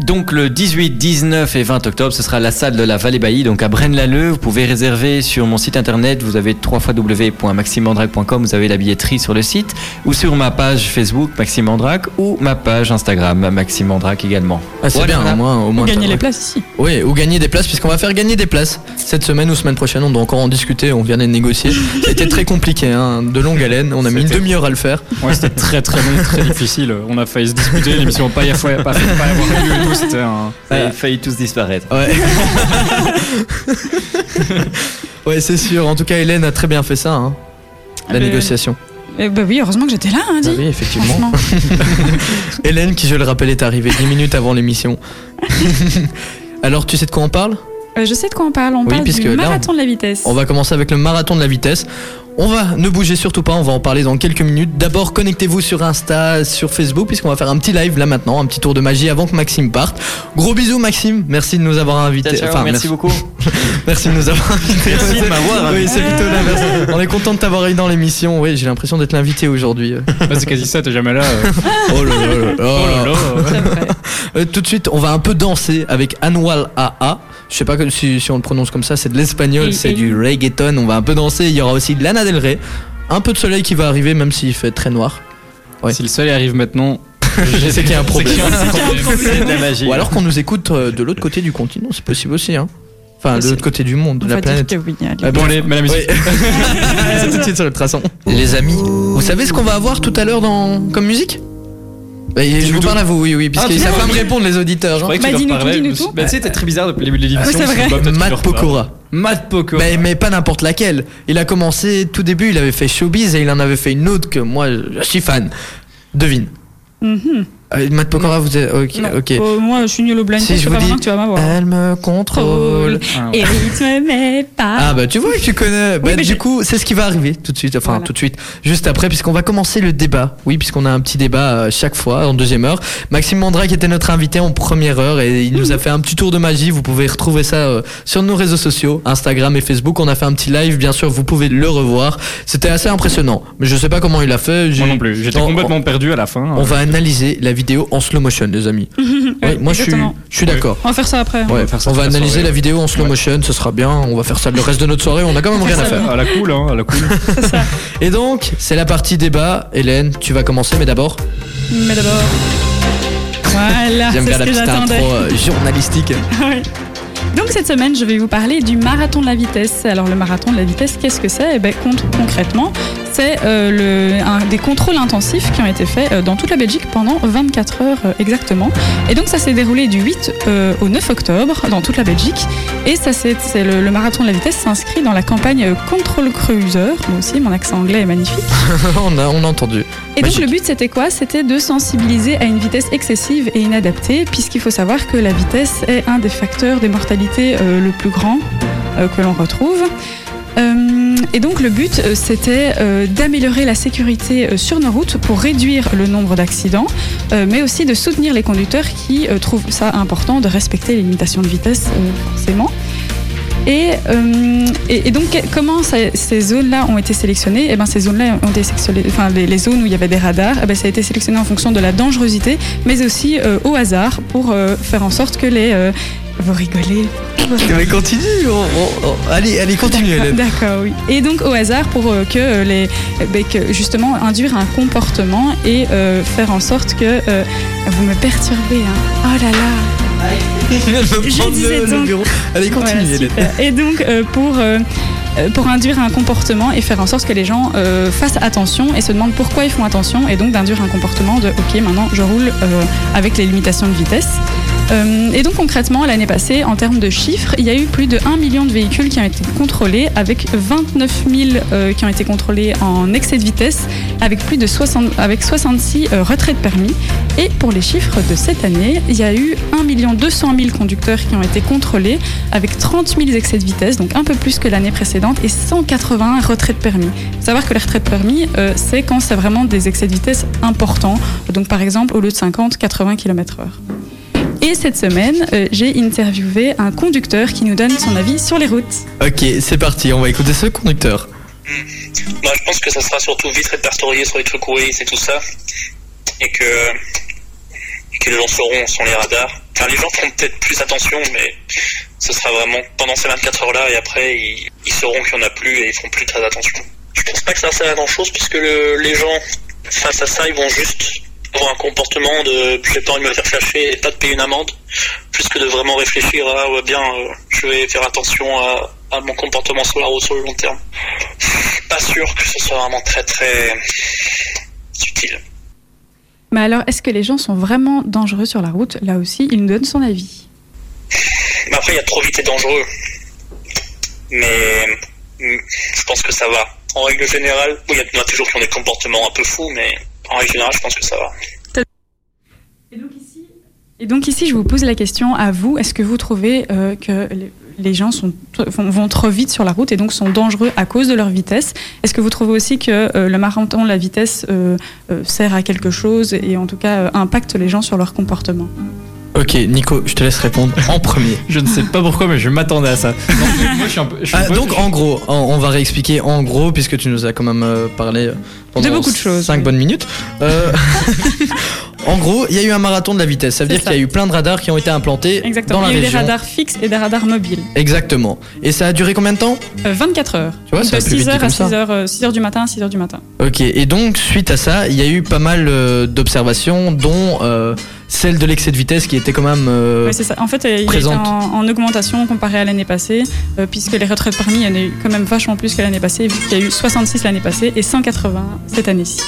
F: Donc le 18, 19 et 20 octobre, ce sera la salle de la Vallée Bailly, donc à Braine-l'Alleud. Vous pouvez réserver sur mon site internet, vous avez www.maximandrac.com, vous avez la billetterie sur le site, ou sur ma page Facebook Maxime Mandrac, ou ma page Instagram Maxime Mandrac également.
C: Ah, c'est
F: Voilà.
C: bien, au moins. Au moins
E: gagner
C: t'as-
E: les places ici.
C: Oui, ou gagner des places, puisqu'on va faire gagner des places. Cette semaine ou semaine prochaine, on doit encore en discuter, on vient de
E: *laughs*
C: négocier. C'était très compliqué, hein, de longue haleine, on a mis une
D: C'était-
C: demi-heure à le
E: *laughs*
C: faire.
D: Ouais, c'était très très long, très *laughs* difficile. On a failli se disputer, l'émission n'a pas, y a- pas, pas avoir lieu et tout. C'était un.
F: Vous avez failli tous disparaître.
C: Ouais. *laughs* ouais, c'est sûr. En tout cas, Hélène a très bien fait ça, hein, la
E: Ah ben,
C: négociation. Bah
E: Eh bah oui, heureusement que j'étais là, hein, dis.
C: effectivement.
E: Franchement.
C: Hélène, qui je le rappelle, est arrivée 10 minutes avant
E: *laughs*
C: l'émission. Alors, tu sais de quoi on parle
E: Euh, je sais de quoi on parle. On
C: Oui,
E: parle
C: puisque
E: du
C: là,
E: marathon de la vitesse.
C: On va commencer avec le marathon de la vitesse. On va ne bougez surtout pas, on va en parler dans quelques minutes. D'abord, connectez-vous sur Insta, sur Facebook, puisqu'on va faire un petit live là maintenant, un petit tour de magie avant que Maxime parte. Gros bisous, Maxime. Merci de nous avoir invités.
F: Ciao, ciao,
C: Enfin,
F: merci *laughs* beaucoup.
C: Merci de nous avoir invités.
F: Merci de m'avoir
C: Oui,
F: invité.
C: c'est plutôt l'inverse. On est content de t'avoir eu dans l'émission. Oui, j'ai l'impression d'être l'invité aujourd'hui.
D: Bah, c'est quasi ça, t'es jamais là. euh.
C: Oh là là là.
D: Oh là là.
E: C'est vrai.
C: Euh, Tout de suite, on va un peu danser avec Anwal AA. Je sais pas que- si, si on le prononce comme ça, c'est de l'espagnol,
E: Et-
C: c'est
E: et-
C: du reggaeton. On va un peu danser. Il y aura aussi de Lana Del Rey. Un peu de soleil qui va arriver, même s'il fait très
D: *laughs*
C: noir. Ouais.
D: Si le soleil arrive maintenant,
C: Je sais qu'il y a un problème.
F: C'est de la magie.
C: Ou
F: *laughs*
C: alors qu'on nous écoute euh, de l'autre côté du continent, c'est possible aussi. Hein. Enfin, de
E: Possible.
C: l'autre côté du monde, de
E: On
C: la
E: va dire
C: planète.
E: que oui. allez.
C: Ah,
D: Bon, allez, mets la musique.
C: c'est *laughs* tout de suite sur le traçon. Les amis, vous savez ce qu'on va avoir tout à l'heure dans... comme musique Bah, Je vous
D: nous
C: parle à vous, oui, oui, puisque
D: Ah, tu
C: ça
D: vois,
C: va me
D: oui.
C: répondre les auditeurs. hein.
D: croyais que tu
E: Bah,
D: leur
E: dis-nous tout,
D: parlais,
E: dis-nous
D: je me suis-
E: tout.
D: Bah, tu sais, t'es très bizarre depuis le début de l'émission.
E: Ouais, c'est
D: je me suis
E: vrai.
D: dit, bah, peut-être tu
C: Matt
D: leur parles.
C: Pokora.
D: Matt Pokora.
C: Ah, Mais, mais pas n'importe laquelle. Il a commencé tout début, il avait fait Showbiz et il en avait fait une autre que moi, je suis fan. Devine.
E: Mhm.
C: Euh, Matt Pokora, vous êtes. Ok,
E: Non.
C: Ah, ok.
E: Oh, moi, je suis nul au blind
C: Si
E: test,
C: je
E: c'est
C: vous
E: pas
C: dis-
E: maintenant que tu vas m'avoir.
C: Elle me contrôle.
D: Ah, ouais.
E: Et rythme, mais pas.
C: Ah bah tu vois que tu connais. Bah,
E: mais
C: du
E: je-
C: coup, c'est ce qui va arriver tout de suite. Enfin,
E: Voilà.
C: tout de suite. Juste après, puisqu'on va commencer le débat. Oui, puisqu'on a un petit débat euh, chaque fois en deuxième heure. Maxime Mandra qui était notre invité en première heure et il nous a fait un petit tour de magie. Vous pouvez retrouver ça euh, sur nos réseaux sociaux, Instagram et Facebook. On a fait un petit live. Bien sûr, vous pouvez le revoir. C'était assez impressionnant. Mais je sais pas comment il a fait. j'ai-
D: Moi non plus, j'étais
C: On-
D: complètement perdu à la fin. euh,
C: On va analyser la vidéo en slow motion, les amis. Ouais, moi, je suis,
E: Mm, exactement.
C: je suis d'accord.
E: On va faire ça après.
C: Ouais,
D: va faire ça
C: on va
D: toute la
C: analyser
D: soirée.
C: la vidéo en slow motion, ce sera bien. On va faire ça le reste de notre soirée, on a quand même rien à faire.
D: À la cool, hein, à la cool.
E: C'est ça.
C: Et donc, c'est la partie débat. Hélène, tu vas commencer, mais d'abord,
E: Mais d'abord. Voilà, c'est
C: j'aime bien
E: ce
C: la
E: que
C: petite intro
E: j'attendais.
C: euh, journalistique.
E: *laughs*
C: *laughs*
E: Ouais. Donc cette semaine, je vais vous parler du marathon de la vitesse. Alors le marathon de la vitesse, qu'est-ce que c'est Eh ben, con- concrètement, c'est euh, le- un- des contrôles intensifs qui ont été faits euh, dans toute la Belgique pendant 24 heures euh, exactement. Et donc ça s'est déroulé du 8 euh, au 9 octobre dans toute la Belgique. Et ça c'est c'est le, le marathon de la vitesse s'inscrit dans la campagne euh, Control Cruiser. Moi aussi, mon accent anglais est magnifique.
C: on, a, on a entendu.
E: Et donc
C: Magique.
E: le but c'était quoi C'était de sensibiliser à une vitesse excessive et inadaptée, puisqu'il faut savoir que la vitesse est un des facteurs des mortalités euh, le plus grand euh, que l'on retrouve. Euh, et donc le but euh, c'était euh, d'améliorer la sécurité euh, sur nos routes pour réduire le nombre d'accidents, euh, mais aussi de soutenir les conducteurs qui euh, trouvent ça important de respecter les limitations de vitesse euh, forcément. Et, euh, et, et donc, que- comment ça- ces zones-là ont été sélectionnées Eh ben, ces zones-là ont été sélectionnées, enfin, les, les zones où il y avait des radars, eh ben, ça a été sélectionné en fonction de la dangerosité, mais aussi euh, au hasard pour euh, faire en sorte que les. euh, vous rigolez
C: Mais continue, on- on- on- allez, allez, continue,
E: D'accord,
C: Hélène.
E: D'accord, oui. Et donc au hasard pour euh, que euh, les, euh, ben, que, justement induire un comportement et euh, faire en sorte que euh, vous me perturbez. hein. Oh là là.
C: Elle veut
E: Je
C: prendre
E: disais
C: le- le
E: donc.
C: bureau. Allez, continue,
E: Voilà,
C: Hélène.
E: super. Et donc, euh, pour, euh, euh, pour induire un comportement et faire en sorte que les gens euh, fassent attention et se demandent pourquoi ils font attention, et donc d'induire un comportement de OK, maintenant je roule euh, avec les limitations de vitesse. Euh, et donc concrètement, l'année passée, en termes de chiffres, il y a eu plus de 1 million de véhicules qui ont été contrôlés, avec 29 000 euh, qui ont été contrôlés en excès de vitesse, avec plus de 60, avec 66 euh, retraits de permis. Et pour les chiffres de cette année, il y a eu 1 200 000 conducteurs qui ont été contrôlés, avec 30 000 excès de vitesse, donc un peu plus que l'année précédente, et 181 retraits de permis. Faut savoir que les retraits de permis, euh, c'est quand c'est vraiment des excès de vitesse importants, donc par exemple au lieu de 50, 80 km/h. Et cette semaine, euh, j'ai interviewé un conducteur qui nous donne son avis sur les routes.
C: *laughs* Ok, c'est parti, on va écouter ce conducteur.
H: Bah, je pense que ça sera surtout vite répertorié sur les trucs Waze et tout ça. Et que, et que les gens sauront sur les radars. Enfin, les gens feront peut-être plus attention, mais ce sera vraiment pendant ces 24 heures-là et après, ils, ils sauront qu'il n'y en a plus et ils feront plus très attention. Je pense pas que ça sert à grand-chose puisque le- les gens, face à ça, ils vont juste avoir un comportement de j'ai peur de me faire flasher et pas de payer une amende, plus que de vraiment réfléchir à ouais, bien, euh, je vais faire attention à, à mon comportement sur la route sur le long terme pas sûr que ce soit vraiment très très utile.
E: Mais alors, est-ce que les gens sont vraiment dangereux sur la route Là aussi, il nous donne son avis.
H: Mais après, il y a trop vite et dangereux. Mais mm, je pense que ça va. En règle générale, bon, il y en a toujours qui ont des comportements un peu fous, mais en règle générale, je pense que ça va.
E: Et donc ici, je vous pose la question à vous. Est-ce que vous trouvez euh, que les- les gens sont, vont, vont trop vite sur la route et donc sont dangereux à cause de leur vitesse Est-ce que vous trouvez aussi que euh, le marathon de la vitesse euh, euh, sert à quelque chose et en tout cas euh, impacte les gens sur leur comportement
C: Ok, Nico, je te laisse répondre en premier.
D: *laughs* Je ne sais pas pourquoi, mais je m'attendais à ça. Non, mais moi, je suis un peu- je suis un
C: Ah,
D: peu-
C: donc en gros, en- on va réexpliquer en gros, puisque tu nous as quand même euh, parlé euh, pendant
E: De beaucoup de choses,
C: 5
E: oui.
C: bonnes minutes. Euh, *laughs* en gros, il y a eu un marathon de la vitesse. Ça veut
E: C'est
C: dire
E: ça.
C: qu'il y a eu plein de radars qui ont été implantés
E: Exactement.
C: dans la
E: Il y a eu
C: région.
E: des radars fixes et des radars mobiles.
C: Exactement. Et ça a duré combien de temps
E: Euh, 24 heures.
C: Tu vois,
E: Donc
C: ça
E: de
C: va plus vite
E: 6
C: dit
E: heures à
C: comme ça.
E: 6 heures, euh, 6 heures du matin à 6 heures du matin.
C: Ok, et donc suite à ça, il y a eu pas mal euh, d'observations, dont euh, celle de l'excès de vitesse qui était quand même... euh,
E: Ouais, c'est ça. En fait, euh, il est en,
C: présente.
E: en augmentation comparé à l'année passée, euh, puisque les retraites permis, il y en a eu quand même vachement plus que l'année passée, vu qu'il y a eu 66 l'année passée et 180 cette année-ci.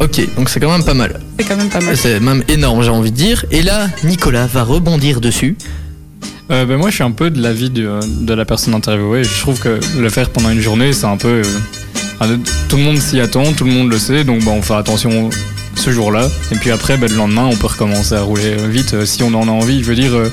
C: ok, donc c'est quand même pas mal.
E: C'est quand même pas mal.
C: C'est même énorme, j'ai envie de dire. Et là, Nicolas va rebondir dessus.
D: Euh, ben, moi, je suis un peu de l'avis de, de la personne interviewée. Je trouve que le faire pendant une journée, c'est un peu. euh, un- tout le monde s'y attend, tout le monde le sait, donc ben, on fait attention ce jour-là. Et puis après, bah, le lendemain, on peut recommencer à rouler euh, vite euh, si on en a envie. Je veux dire, euh,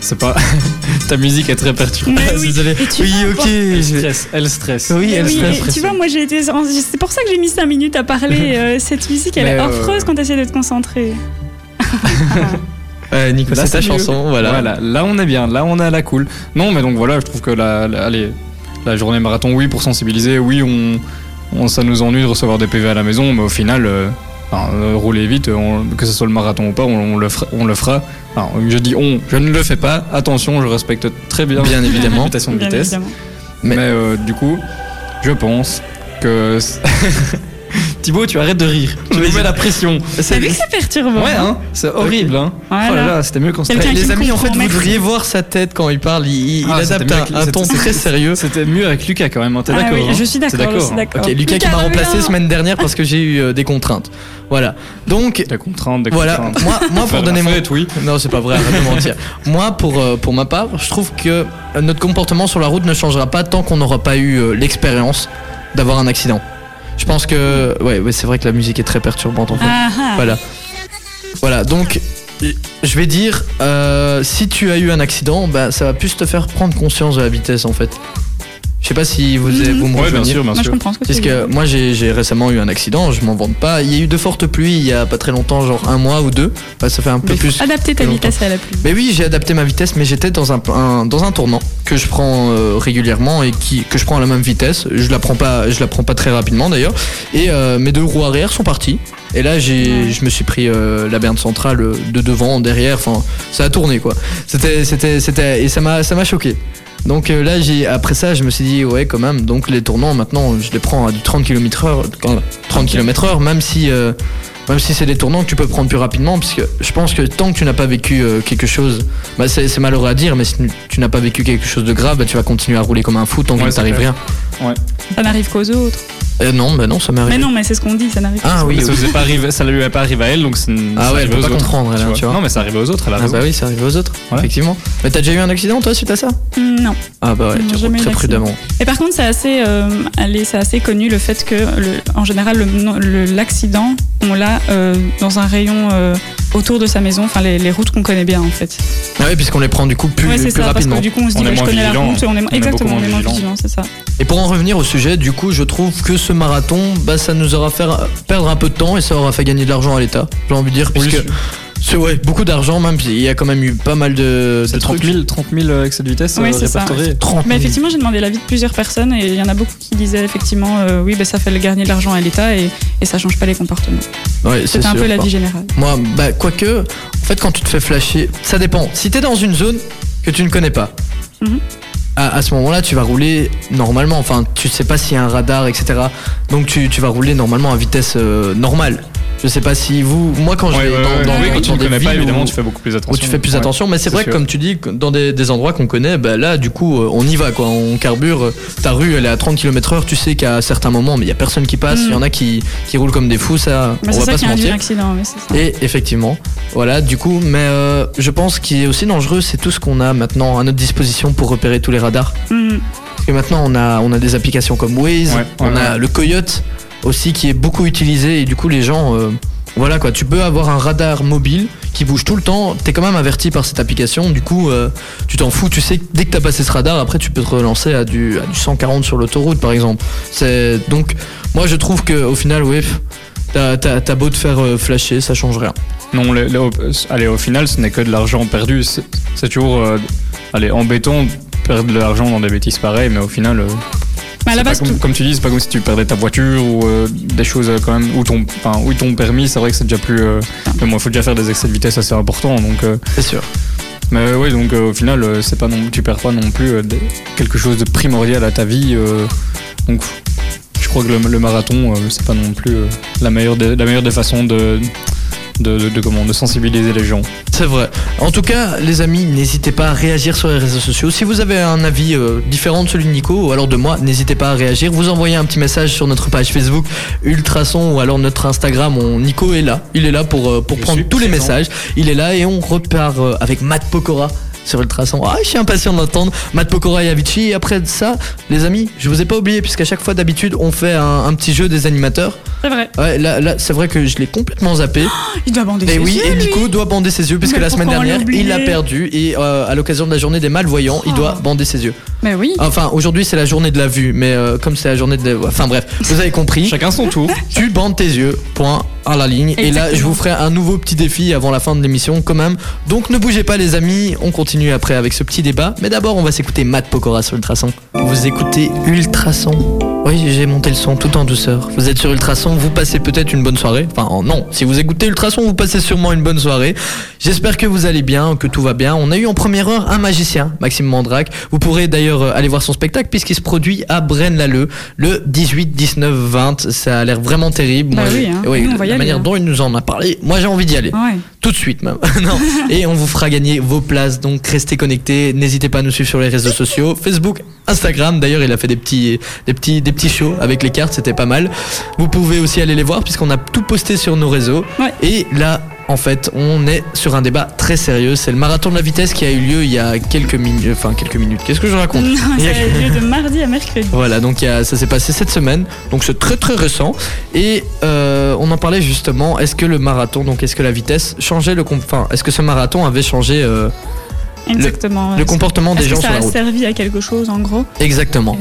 D: c'est pas. *laughs* Ta musique est très perturbante. *laughs*
E: Mais oui,
D: Désolé.
E: et tu
D: Oui,
E: vois,
D: ok. Elle stresse. Elle stresse.
E: Mais
D: elle
E: oui,
D: stresse.
E: et tu vois, moi j'ai été. en- C'est pour ça que j'ai mis 5 minutes à parler. euh, cette musique, elle
D: Mais,
E: est
D: euh,
E: affreuse quand t'essayes de te concentrer.
C: Euh, Nicolas,
D: Là,
C: c'est ta
D: c'est mieux.
C: chanson, voilà.
D: Voilà, là on est bien, là on est à la cool. Non, mais donc voilà, je trouve que la, la- allez, la journée marathon, oui, pour sensibiliser, oui, on, on- ça nous ennuie de recevoir des PV à la maison, mais au final, euh, enfin, euh, rouler vite, on- que ce soit le marathon ou pas, on, on le, fera, on le fera. Alors, je dis on, je ne le fais pas, attention, je respecte très bien,
C: Bien évidemment.
D: les limitations de
E: Bien
D: vitesse.
E: évidemment.
C: Mais-
D: Mais, euh, du coup, je pense que. *laughs* Thibaut, tu arrêtes de rire, tu nous mets la pression.
E: T'as vu que c'est perturbant
D: Ouais, hein, c'est horrible, hein. Oh là
E: Voilà.
D: là, c'était mieux quand c'était.
E: Ah Quelqu'un
C: Les
E: qui
C: amis, en fait,
E: comprend,
C: vous
E: maître.
C: devriez voir sa tête quand il parle. Il, il
D: Ah,
C: adapte
D: c'était mieux
C: un,
D: avec-
C: un ton
D: c'était-
C: très sérieux.
D: C'était mieux avec Lucas quand même, hein, t'es
E: Ah
D: d'accord
E: oui,
D: hein
E: je suis
D: T'es
E: d'accord, je suis d'accord.
C: Ok, Lucas qui m'a remplacé semaine dernière parce que j'ai eu euh, des contraintes. Voilà. Donc,
D: T'as contrainte, t'as
C: voilà.
D: contrainte.
C: Moi, moi
D: Faire
C: pour
D: la
C: donner mon.
D: fête, oui.
C: Non, c'est pas vrai, arrête de
D: *laughs*
C: mentir. Moi, pour, euh, pour ma part, je trouve que euh, notre comportement sur la route ne changera pas tant qu'on n'aura pas eu euh, l'expérience d'avoir un accident. Je pense que. Ouais, ouais, c'est vrai que la musique est très perturbante en fait.
E: Ah, ah.
C: Voilà. Voilà, donc je vais dire, euh, si tu as eu un accident, bah, ça va plus te faire prendre conscience de la vitesse en fait. Je sais pas si vous,
E: Mhm.
C: vous me
D: Ouais, bien
C: rejoignez.
D: sûr, bien
E: Moi je
D: sûr.
E: comprends ce que tu
C: Parce
E: veux dire.
C: que moi j'ai j'ai récemment eu un accident, je m'en vante pas. Il y a eu de fortes pluies il y a pas très longtemps, genre un mois ou deux. Bah, ça fait un peu
E: Mais faut
C: plus.
E: Adapter ta
C: plus longtemps.
E: vitesse à la pluie.
C: Mais oui, j'ai adapté ma vitesse, mais j'étais dans un, un- dans un tournant que je prends euh, régulièrement et qui, que je prends à la même vitesse. Je la prends pas, je la prends pas très rapidement d'ailleurs. Et euh, mes deux roues arrière sont parties. Et là, j'ai, je me suis pris euh, la berne centrale euh, de devant, derrière. Enfin, ça a tourné quoi. C'était, c'était, c'était, et ça m'a, ça m'a choqué. Donc euh, là, j'ai, après ça, je me suis dit ouais quand même. Donc les tournants maintenant, je les prends à du 30 km/h, quand- 30 km/h, même si. euh, même si c'est des tournants que tu peux prendre plus rapidement, parce que je pense que tant que tu n'as pas vécu euh, quelque chose, bah c'est c'est malheureux à dire, mais si tu- tu n'as pas vécu quelque chose de grave, bah tu vas continuer à rouler comme un fou tant qu'il
D: Ouais,
C: ne
D: c'est
C: t'arrive rien.
E: Ça n'arrive qu'aux autres.
C: Euh, non, bah non, ça m'est
E: Mais
C: arrivé.
E: non, mais c'est ce qu'on dit, ça n'arrive qu'aux
C: Ah
E: autres.
C: oui,
D: ça,
C: oui.
D: vous est pas arrivé, ça lui est pas arrivé à elle, donc c'est
C: Ah ouais, elle peut pas comprendre, elle, hein, tu vois.
D: Non, mais ça arrive aux autres, elle a
C: Ah
D: raison.
C: bah oui, ça arrive aux autres,
D: Ouais.
C: effectivement. Mais t'as déjà eu un accident toi suite à ça
E: Mm, Non.
C: Ah bah ouais,
E: Non,
C: tu roules
E: jamais eu
C: très
E: d'accident.
C: prudemment.
E: Et par contre, c'est assez, euh, allez, c'est assez connu le fait que, le- en général, le- le- l'accident, on l'a euh, dans un rayon euh, autour de sa maison, enfin les, les routes qu'on connaît bien en fait.
C: Ah ouais, puisqu'on les prend du coup plus,
E: ouais, c'est
C: plus
E: ça,
C: rapidement.
E: parce que du coup, on se dit,
D: On est
E: ouais, je
D: moins
E: connais la
D: vigilant.
E: route, et on est,
D: On est
E: exactement,
D: beaucoup
E: on est
D: moins
E: moins
D: vigilant.
E: vigilant, c'est ça.
C: Et pour en revenir au sujet, du coup, je trouve que ce marathon, bah ça nous aura fait perdre un peu de temps et ça aura fait gagner de l'argent à l'État, j'ai envie de dire,
D: Oui,
C: puisque. C'est ouais, beaucoup d'argent même, il y a quand même eu pas mal de, de
D: C'est
C: trucs.
D: 30 000, 30 000 avec cette vitesse
E: Ouais,
D: euh,
E: c'est ça.
D: répertoriée.
C: 30
E: Mais
C: 000.
E: effectivement, j'ai demandé l'avis de plusieurs personnes et il y en a beaucoup qui disaient effectivement, euh, oui, ben, ça fait gagner de l'argent à l'État et, et ça change pas les comportements.
C: Ouais,
E: C'était
C: sûr,
E: un peu
C: quoi.
E: l'avis général.
C: Moi, bah, quoique, en fait, quand tu te fais flasher, ça dépend. Si t'es dans une zone que tu ne connais pas,
E: Mhm.
C: à, à ce moment-là, tu vas rouler normalement. Enfin, tu sais pas s'il y a un radar, etc. Donc, tu, tu vas rouler normalement à vitesse euh, normale. Je sais pas si vous. Moi, quand
D: Ouais,
C: je vais
D: ouais,
C: dans,
D: ouais,
C: dans-
D: oui,
C: dans
D: quand tu ne
C: des
D: connais pas,
C: villes
D: évidemment,
C: où,
D: tu fais beaucoup plus attention.
C: où tu fais plus
D: Ouais.
C: attention, mais c'est
D: c'est
C: vrai que,
D: sûr.
C: comme tu dis, dans des, des endroits qu'on connaît, bah, là, du coup, euh, on y va, quoi. On carbure. euh, Ta rue, elle est à 30 km/h. Tu sais qu'à certains moments, mais il y a personne qui passe. Il y
E: Mhm.
C: en a qui, qui roulent comme des fous, ça.
E: Ben,
C: on
E: c'est
C: va
E: ça
C: pas
E: qui
C: se
E: a induit
C: mentir.
E: l'accident, mais c'est ça.
C: Et effectivement, voilà, du coup, mais euh, je pense qu'il est aussi dangereux, c'est tout ce qu'on a maintenant à notre disposition pour repérer tous les radars.
E: Mm.
C: Parce que maintenant, on a, on a des applications comme Waze,
D: Ouais, ouais,
C: on a
D: ouais.
C: le Coyote aussi qui est beaucoup utilisé, et du coup, les gens, euh, voilà quoi, tu peux avoir un radar mobile qui bouge tout le temps, t'es quand même averti par cette application, du coup, euh, tu t'en fous, tu sais que dès que t'as passé ce radar, après, tu peux te relancer à du, à du 140 sur l'autoroute, par exemple. C'est donc, moi, je trouve que au final, ouais, pff, t'as- t'as t'as beau te faire euh, flasher, ça change rien.
D: Non, le- le- allez, au final, ce n'est que de l'argent perdu. C'est c'est toujours. euh, allez, embêtant de perdre de l'argent dans des bêtises pareilles, mais au final. euh,
E: Mais à
D: c'est
E: la
D: pas
E: base,
D: comme,
E: tout-
D: comme tu dis, c'est pas comme si tu perdais ta voiture ou euh, des choses euh, quand même. Ou ton, enfin, ou ton permis, c'est vrai que c'est déjà plus. euh,
E: Ah.
D: mais bon, il faut déjà faire des excès de vitesse assez importants. Donc, euh,
C: C'est sûr.
D: mais oui, donc euh, au final, euh, c'est pas non, tu perds pas non plus euh, des- quelque chose de primordial à ta vie. euh, donc, je crois que le, le marathon, euh, c'est pas non plus euh, la, meilleure des, la meilleure des façons de. De, de- de comment de sensibiliser les gens.
C: C'est vrai. En tout cas, les amis, n'hésitez pas à réagir sur les réseaux sociaux. Si vous avez un avis euh, différent de celui de Nico ou alors de moi, n'hésitez pas à réagir. Vous envoyez un petit message sur notre page Facebook Ultrason ou alors notre Instagram. On- Nico est là. Il est là pour, euh, pour
D: Je
C: prendre
D: suis
C: tous les
D: présent.
C: messages. Il est là et on repart euh, avec Matt Pokora sur Ultrason. Ah, je suis impatient d'entendre Matt Pokora et Avicii. Et après ça, les amis, je vous ai pas oublié, puisqu'à chaque fois d'habitude, on fait un, un petit jeu des animateurs.
E: C'est vrai.
C: Ouais, là, là c'est vrai que je l'ai complètement zappé.
E: Il doit bander
C: Et
E: ses
C: oui,
E: yeux,
C: et
E: lui.
C: Nico doit bander ses yeux, puisque
E: Mais
C: la semaine
E: pourquoi on l'a
C: dernière, il l'a
E: oublié
C: perdu. Et euh, à l'occasion de la journée des malvoyants, il doit
E: Oh.
C: bander ses yeux.
E: Mais oui.
C: Enfin, aujourd'hui, c'est la journée de la vue, mais euh, comme c'est la journée de. Enfin, bref, vous avez
E: Mmh.
C: compris.
D: Chacun son
E: *laughs*
D: tour.
C: Tu bandes tes yeux, point, à la ligne. Et là,
E: Exactement.
C: je vous ferai un nouveau petit défi avant la fin de l'émission, quand même. Donc, ne bougez pas, les amis. On continue après avec ce petit débat. Mais d'abord, on va s'écouter Matt Pokora sur Ultrason. Vous écoutez Ultrason. Oui, j'ai monté le son tout en douceur. Vous êtes sur Ultrason, vous passez peut-être une bonne soirée. Enfin, non. Si vous écoutez Ultrason, vous passez sûrement une bonne soirée. J'espère que vous allez bien, que tout va bien. On a eu en première heure un magicien, Maxime Mandrac. Vous pourrez d'ailleurs euh, aller voir son spectacle puisqu'il se produit à Braine-l'Alleud le 18, 19, 20. Ça a l'air vraiment terrible.
E: Bah
C: Moi,
E: oui,
C: j'ai-
E: hein.
C: oui,
E: Nous, on va y
C: la
E: aller,
C: manière
E: hein.
C: dont il nous en a parlé, moi j'ai envie d'y aller.
E: Ouais.
C: Tout de suite même. *laughs* non. Et on vous fera gagner vos places, donc restez connectés. N'hésitez pas à nous suivre sur les réseaux sociaux, Facebook, Instagram. D'ailleurs, il a fait des petits, des petits, des petits shows avec les cartes, c'était pas mal. Vous pouvez aussi aller les voir puisqu'on a tout posté sur nos réseaux.
E: Ouais.
C: Et là. En fait, on est sur un débat très sérieux. C'est le marathon de la vitesse qui a eu lieu il y a quelques minutes. Enfin, quelques minutes. Qu'est-ce que je raconte
E: *laughs* Non,
C: Il y
E: ça
C: a-
E: a lieu de mardi à mercredi.
C: voilà, donc il y a- ça s'est passé cette semaine, donc c'est très très récent. Et euh, on en parlait justement, est-ce que le marathon, donc est-ce que la vitesse changeait le... com- Enfin, est-ce que ce marathon avait changé euh,
E: Exactement. ouais.
C: le comportement des
E: Est-ce
C: gens
E: que
C: sur
E: ça
C: la
E: a
C: route Oh.
E: servi à quelque chose en gros
C: Exactement.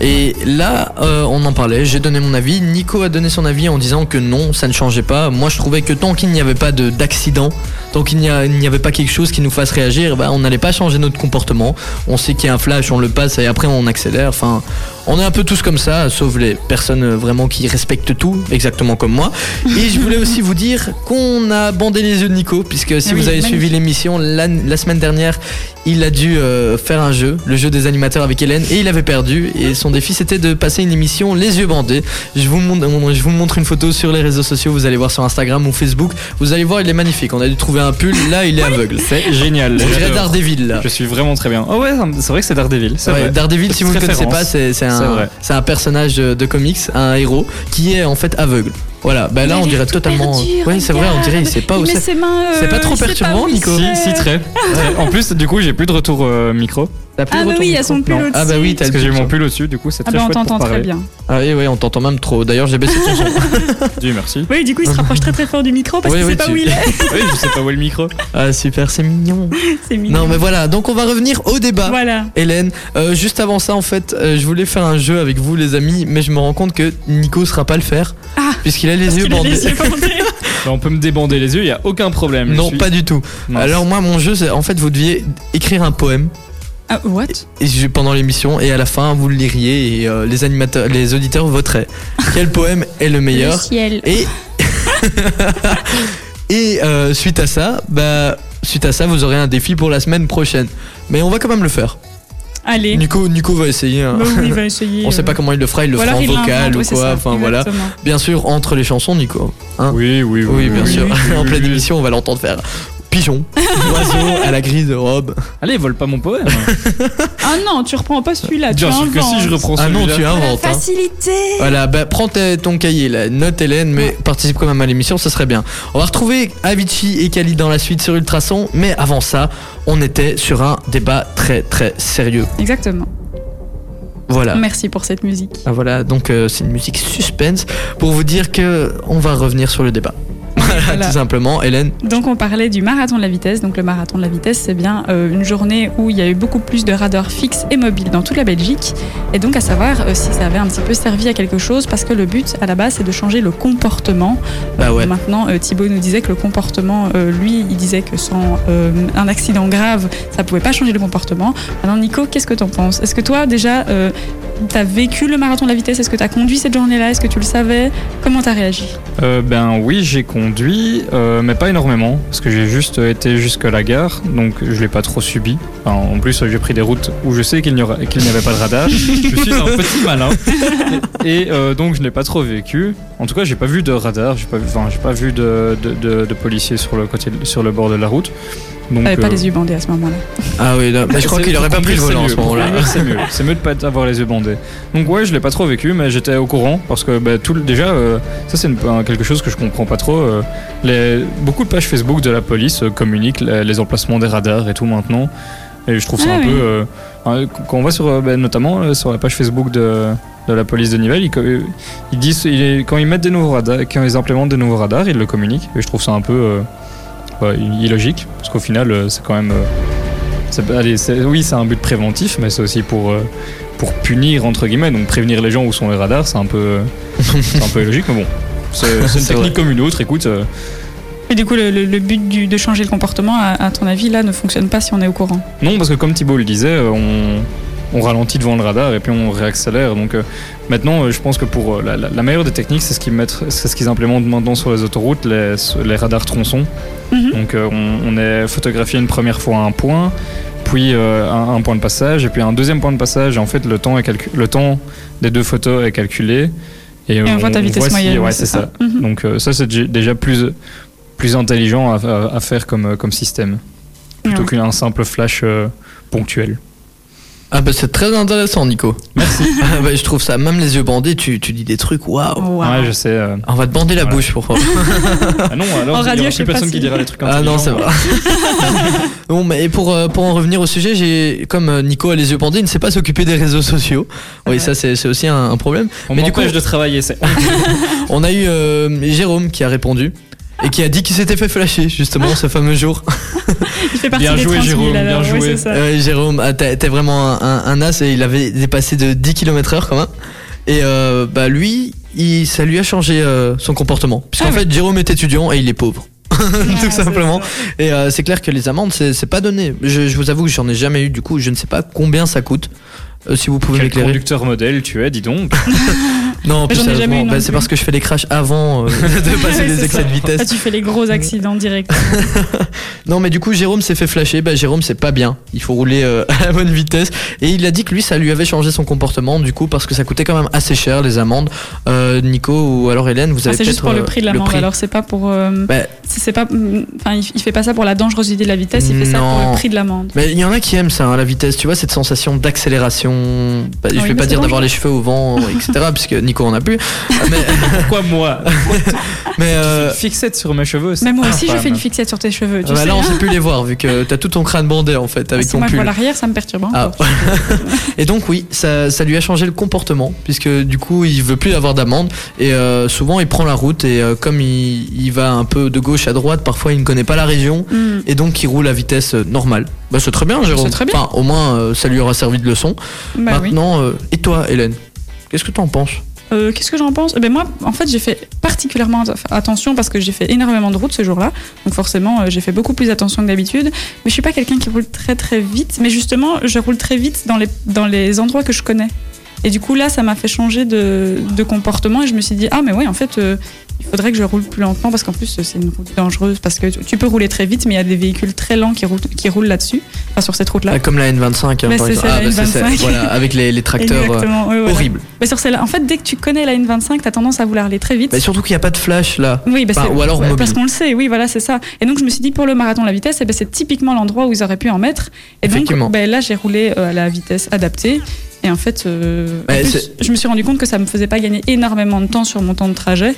E: Euh,
C: Et là, euh, on en parlait, j'ai donné mon avis, Nico a donné son avis en disant que non, ça ne changeait pas. Moi, je trouvais que tant qu'il n'y avait pas de- d'accident, tant qu'il n'y a- il n'y avait pas quelque chose qui nous fasse réagir, bah, on n'allait pas changer notre comportement. On sait qu'il y a un flash, on le passe et après on accélère. Enfin, on est un peu tous comme ça, sauf les personnes euh, vraiment qui respectent tout, exactement comme moi. Et je voulais aussi vous dire qu'on a bandé les yeux de Nico, puisque si
E: Ah oui,
C: vous avez
E: magnifique.
C: suivi l'émission la, la semaine dernière, il a dû euh, faire un jeu, le jeu des animateurs avec Hélène, et il avait perdu. Et son défi, c'était de passer une émission les yeux bandés. Je vous, montre, je vous montre une photo sur les réseaux sociaux, vous allez voir sur Instagram ou Facebook. Vous allez voir, il est magnifique. On a dû trouver un pull, là, il est aveugle.
D: C'est génial.
C: On dirait
D: J'adore.
C: Daredevil, là.
D: Je suis vraiment très bien. Oh ouais, c'est vrai que c'est Daredevil. C'est
C: Ouais,
D: vrai.
C: Daredevil, si vous ne
D: Petite
C: connaissez
D: référence.
C: pas, c'est c'est
D: C'est
C: un,
D: vrai.
C: c'est un personnage de, de comics, un héros, qui est en fait aveugle. Voilà, bah là
E: Il a
C: on
E: l'air
C: dirait
E: tout
C: totalement.
E: perdu,
C: oui, c'est vrai, on dirait, il
E: regarde.
C: sait pas
E: il
C: où
E: met
C: c'est.
E: ses mains, euh,
C: Ah, C'est pas trop
E: il sait
C: perturbant,
E: où
C: Nico
E: il
D: Si, si,
E: est.
D: très. Très. En plus, du coup, j'ai plus de retour euh, micro.
C: T'as plus
E: Ah
C: le
E: bah
C: retour
E: oui, il y
C: micro
E: a son pull
C: Non. Ah
E: au-dessus.
C: bah oui, t'as
D: Parce
C: le
D: que j'ai
C: pull
D: mon
C: sur-
D: pull au-dessus, du coup, c'est
E: Ah
D: très
E: bah on
D: chouette
E: t'entend
D: pour
E: très
D: parler.
E: bien.
C: Ah oui, oui, on t'entend même trop. D'ailleurs, j'ai baissé ton son.
D: *laughs* Dieu merci.
E: Oui, du coup, il
C: *laughs*
E: se rapproche très très fort du micro parce
C: Oui,
E: qu'il
C: oui,
E: sait pas
C: tu- *laughs*
E: où il est.
D: Oui, je sais pas où est le micro.
C: Ah super, c'est mignon.
E: C'est mignon.
C: Non mais voilà, donc on va revenir au débat.
E: Voilà.
C: Hélène, euh, juste avant ça en fait, euh, je voulais faire un jeu avec vous les amis, mais je me rends compte que Nico sera pas le faire,
E: Ah,
C: puisqu'il a les yeux
E: Il a
C: bandés.
E: les yeux bandés.
C: *laughs*
D: Bah, on peut me débander les yeux, il y a aucun problème.
C: Non, pas du tout. Alors moi, mon jeu, c'est en fait, vous deviez écrire un poème
E: Ah, what
C: et je- pendant l'émission et à la fin vous le liriez et euh, les animateurs les auditeurs
E: *laughs*
C: voteraient quel poème est le meilleur
E: ciel.
C: et et euh, suite à ça bah suite à ça vous aurez un défi pour la semaine prochaine mais on va quand même le faire
E: Allez.
C: Nico Nico va essayer hein.
E: Bah oui,
C: *laughs*
E: il va essayer.
C: on sait pas comment il le fera il le
E: Ou alors
C: fera en
E: il l'invente,
C: vocal ou
E: oui, c'est
C: quoi
E: ça,
C: enfin voilà
E: exactement.
C: bien sûr entre les chansons Nico hein
D: Oui, oui, oui.
C: oui, bien
D: oui,
C: sûr
D: oui,
C: *laughs*
D: oui,
C: en
D: oui,
C: pleine
D: oui.
C: émission on va l'entendre faire
E: *laughs*
C: pigeon oiseau à la grise de robe
D: Allez, vole pas mon poème.
E: Ah non, tu reprends pas celui-là. Ah, tu
D: Bien sûr que si
E: inventes.
D: je reprends
C: ah
D: celui-là.
C: non tu
A: La
C: inventes hein.
A: facilité.
C: Voilà, bah, prends ta- ton cahier, là, note Hélène, mais participe quand même à l'émission, ça serait bien. On va retrouver Avicii et Kali dans la suite sur Ultrason, mais avant ça, on était sur un débat très très sérieux.
E: Exactement.
C: Voilà.
E: Merci pour cette musique.
C: Ah, voilà, donc euh, c'est une musique suspense pour vous dire que on va revenir sur le débat. *laughs* Voilà,
E: Voilà.
C: tout simplement, Hélène.
E: Donc on parlait du marathon de la vitesse. Donc le marathon de la vitesse, c'est bien euh, une journée où il y a eu beaucoup plus de radars fixes et mobiles dans toute la Belgique. Et donc à savoir euh, si ça avait un petit peu servi à quelque chose, parce que le but à la base, c'est de changer le comportement.
D: Ah
C: Bah ouais.
E: Maintenant, euh, Thibaut nous disait que le comportement, euh, lui, il disait que sans euh, un accident grave, ça pouvait pas changer le comportement. Maintenant, Nico, qu'est-ce que t'en penses Est-ce que toi, déjà, euh, t'as vécu le marathon de la vitesse Est-ce que t'as conduit cette journée-là Est-ce que tu le savais Comment t'as réagi
D: Euh, ben oui, j'ai conduit, euh, mais pas énormément, parce que j'ai juste été jusqu'à la gare, donc je l'ai pas trop subi. Enfin, en plus, euh, j'ai pris des routes où je sais qu'il n'y aura- qu'il n'y avait pas de radar. *laughs* je suis un petit malin, et euh, donc je n'ai pas trop vécu. En tout cas, j'ai pas vu de radar, j'ai pas, vu- enfin, j'ai pas vu de, de, de- de policiers sur le côté, sur le bord de la route. Donc,
E: T'avais Ah, pas
D: euh,
E: les yeux bandés à ce moment-là.
C: Ah oui, là, bah, je crois
D: c'est-
C: qu'il aurait
D: pour
C: pas pris le
D: conduire,
C: volant en
D: c'est
C: ce moment-là.
D: mieux. Pour conduire, C'est mieux. C'est mieux de pas avoir les yeux bandés. Donc ouais, je l'ai pas trop vécu, mais j'étais au courant parce que bah, tout le- déjà euh, ça c'est une- un- quelque chose que je comprends pas trop. euh, les, beaucoup de pages Facebook de la police euh, communiquent les, les emplacements des radars et tout maintenant. Et je trouve ça
E: Ah
D: un
E: oui.
D: peu. euh, hein, quand on voit sur, euh, ben, notamment euh, sur la page Facebook de, de la police de Nivelles, ils, co- euh, ils disent, ils- quand ils mettent des nouveaux radars, quand ils implémentent des nouveaux radars, ils le communiquent. Et je trouve ça un peu euh, bah, illogique, parce qu'au final, euh, c'est quand même. euh, c'est pas- allez, c'est- oui, c'est un but préventif, mais c'est aussi pour. euh, pour punir entre guillemets, donc prévenir les gens où sont les radars, c'est un peu, euh, c'est un peu illogique, mais bon, c'est c'est une
F: C'est
D: technique comme une autre. Écoute, euh,
E: Et du coup, le, le- le but du- de changer le comportement, à, à ton avis, là, ne fonctionne pas si on est au courant.
D: Non, parce que comme Thibault le disait, euh, on, on ralentit devant le radar et puis on réaccélère. Donc euh, maintenant, euh, je pense que pour euh, la, la- la meilleure des techniques, c'est ce qu'ils mettent- c'est ce qu'ils implémentent maintenant sur les autoroutes, les, les radars tronçons.
E: Mhm.
D: Donc euh, on, on est photographié une première fois un point, puis euh, un, un point de passage, et puis un deuxième point de passage. Et en fait, le temps, est calcu- le temps des deux photos est calculé.
E: Et on voit ta vitesse
D: si-
E: moyenne.
D: ouais, c'est ça.
E: Mhm.
D: Donc euh, ça, c'est dé- déjà plus, plus intelligent à, à- à faire comme, euh, comme système, plutôt
E: Ouais.
D: qu'un simple flash euh, ponctuel.
C: Ah bah c'est très intéressant Nico. Merci. *laughs* Ah bah, je trouve ça, même les yeux bandés, tu, tu dis des trucs, waouh.
E: Oh, Wow.
D: Ouais, je sais. euh.
C: On va te bander la
D: Voilà.
C: bouche pour
D: Ah non, alors
E: En
D: il y aura
E: radio, je sais
D: plus
E: pas
D: personne
E: si-
D: qui dira les trucs
C: Ah non, c'est
D: intelligents.
C: vrai. bon, mais pour, euh, pour en revenir au sujet, j'ai comme euh, Nico a les yeux bandés, il ne sait pas s'occuper des réseaux sociaux. Oui,
E: Ouais.
C: ça c'est c'est aussi un, un problème.
D: On
C: Mais du
D: m'empêche
C: coup-
D: de travailler. c'est-
C: On a eu euh, Jérôme qui a répondu et qui a dit qu'il s'était fait flasher justement ce fameux jour.
E: Il fait partie
D: Bien
E: des
D: joué,
E: 30 000,
D: Jérôme, bien
E: alors, ouais,
D: joué.
E: c'est ça.
C: Ouais, Jérôme, ah, t'es t'es vraiment un, un- un as et il avait dépassé de 10 km/h quand même. Et euh, bah lui, il, ça lui a changé euh, son comportement. Puisqu'en
E: Ah oui.
C: fait, Jérôme est étudiant et il est pauvre. *laughs* Tout
E: c'est
C: simplement. Et euh, c'est clair que les amendes, c'est c'est pas donné. Je, je vous avoue que j'en ai jamais eu du coup. Je ne sais pas combien ça coûte. Euh, si vous pouvez
D: Quel
C: m'éclairer.
D: conducteur modèle tu es, dis donc.
C: Non,
E: Mais
C: plus
E: Ah, j'en ai jamais eu
C: sérieusement,
E: non
C: bah, c'est
E: plus.
C: parce que je fais les crashs
E: *laughs*
C: avant euh, de passer
E: Ouais,
C: les
E: c'est
C: excès
E: ça.
C: de vitesse.
E: Ah, tu fais les gros accidents directs.
C: Non, mais du coup, Jérôme s'est fait flasher. Bah, Jérôme, c'est pas bien. Il faut rouler euh, *laughs* à la bonne vitesse. Et il a dit que lui, ça lui avait changé son comportement, du coup, parce que ça coûtait quand même assez cher, les amendes. Euh, Nico ou alors Hélène, vous
E: Ah,
C: avez
E: c'est juste
C: peut-être,
E: pour le
C: euh,
E: prix de l'amende. Alors c'est pas pour. euh,
C: Bah.
E: c'est c'est pas. Enfin, il il fait pas ça pour la dangerosité de la vitesse. Il fait ça pour
C: Non.
E: le prix de l'amende.
C: Mais il y en a qui aiment ça, hein, la vitesse, tu vois, cette sensation d'accélération. Bah, je
E: Ah Oui,
C: vais
E: mais
C: pas
E: c'est
C: dire d'avoir les cheveux au
E: *laughs*
C: vent, etc., parce que Nico en a plus. Mais,
D: Pourquoi moi
C: mais
E: Ah,
C: euh,
D: Une Fixette sur mes cheveux. c'est
E: Mais moi aussi, je
D: infâme.
E: fais une fixette sur tes cheveux. Tu
C: Ah, bah,
E: sais. hein.
C: là, on sait plus les voir, vu que t'as tout ton crâne bandé, en fait, avec
E: si
C: ton
E: moi je
C: pull.
E: vois l'arrière, ça me perturbe. *laughs*
C: Ah.
E: encore.
C: Et donc oui, ça, ça lui a changé le comportement, puisque du coup il veut plus avoir d'amende, et euh, souvent il prend la route, et euh, comme il, il va un peu de gauche à droite, parfois il ne connaît pas la région,
E: Hmm.
C: et donc il roule à vitesse euh, normale. Bah c'est très bien Jérôme,
E: C'est très bien.
C: Enfin, au moins euh, ça lui aura servi de leçon.
E: Bah oui.
C: Maintenant, euh, et toi Hélène Qu'est-ce que t'en penses
E: Euh, Qu'est-ce que j'en pense Eh ben moi, en fait, j'ai fait particulièrement at- attention parce que j'ai fait énormément de route ce jour-là. Donc forcément, euh, j'ai fait beaucoup plus attention que d'habitude. Mais je suis pas quelqu'un qui roule très très vite. Mais justement, je roule très vite dans les dans les endroits que je connais. Et du coup là, ça m'a fait changer de, de comportement et je me suis dit ah mais ouais en fait. euh, il faudrait que je roule plus lentement parce qu'en plus euh, c'est une route dangereuse parce que tu- tu peux rouler très vite mais il y a des véhicules très lents qui roulent, qui roulent là-dessus, enfin sur cette route-là.
C: Ah, Comme la N25, hein,
E: Bah,
C: par
E: c'est
C: exemple.
E: ça, la
C: c'est ça,
E: N25.
C: voilà, avec les, les tracteurs euh,
E: Exactement, ouais, voilà.
C: horribles.
E: Mais sur celle-là, en fait, dès que tu connais la N25, t'as tendance à vouloir aller très vite.
C: Bah, surtout qu'il n'y a pas de flash là.
E: Oui, bah,
C: Enfin,
E: c'est-
C: ou alors
E: ouais,
C: mobile.
E: parce qu'on le sait, oui, voilà, c'est ça. Et donc je me suis dit pour le marathon de la vitesse, eh ben, c'est typiquement l'endroit où ils auraient pu en mettre. Et donc
C: Effectivement.
E: ben, là, j'ai roulé euh, à la vitesse adaptée. Et en fait, euh, en
C: Ouais,
E: plus,
C: c'est-
E: je me suis rendu compte que ça me faisait pas gagner énormément de temps sur mon temps de trajet.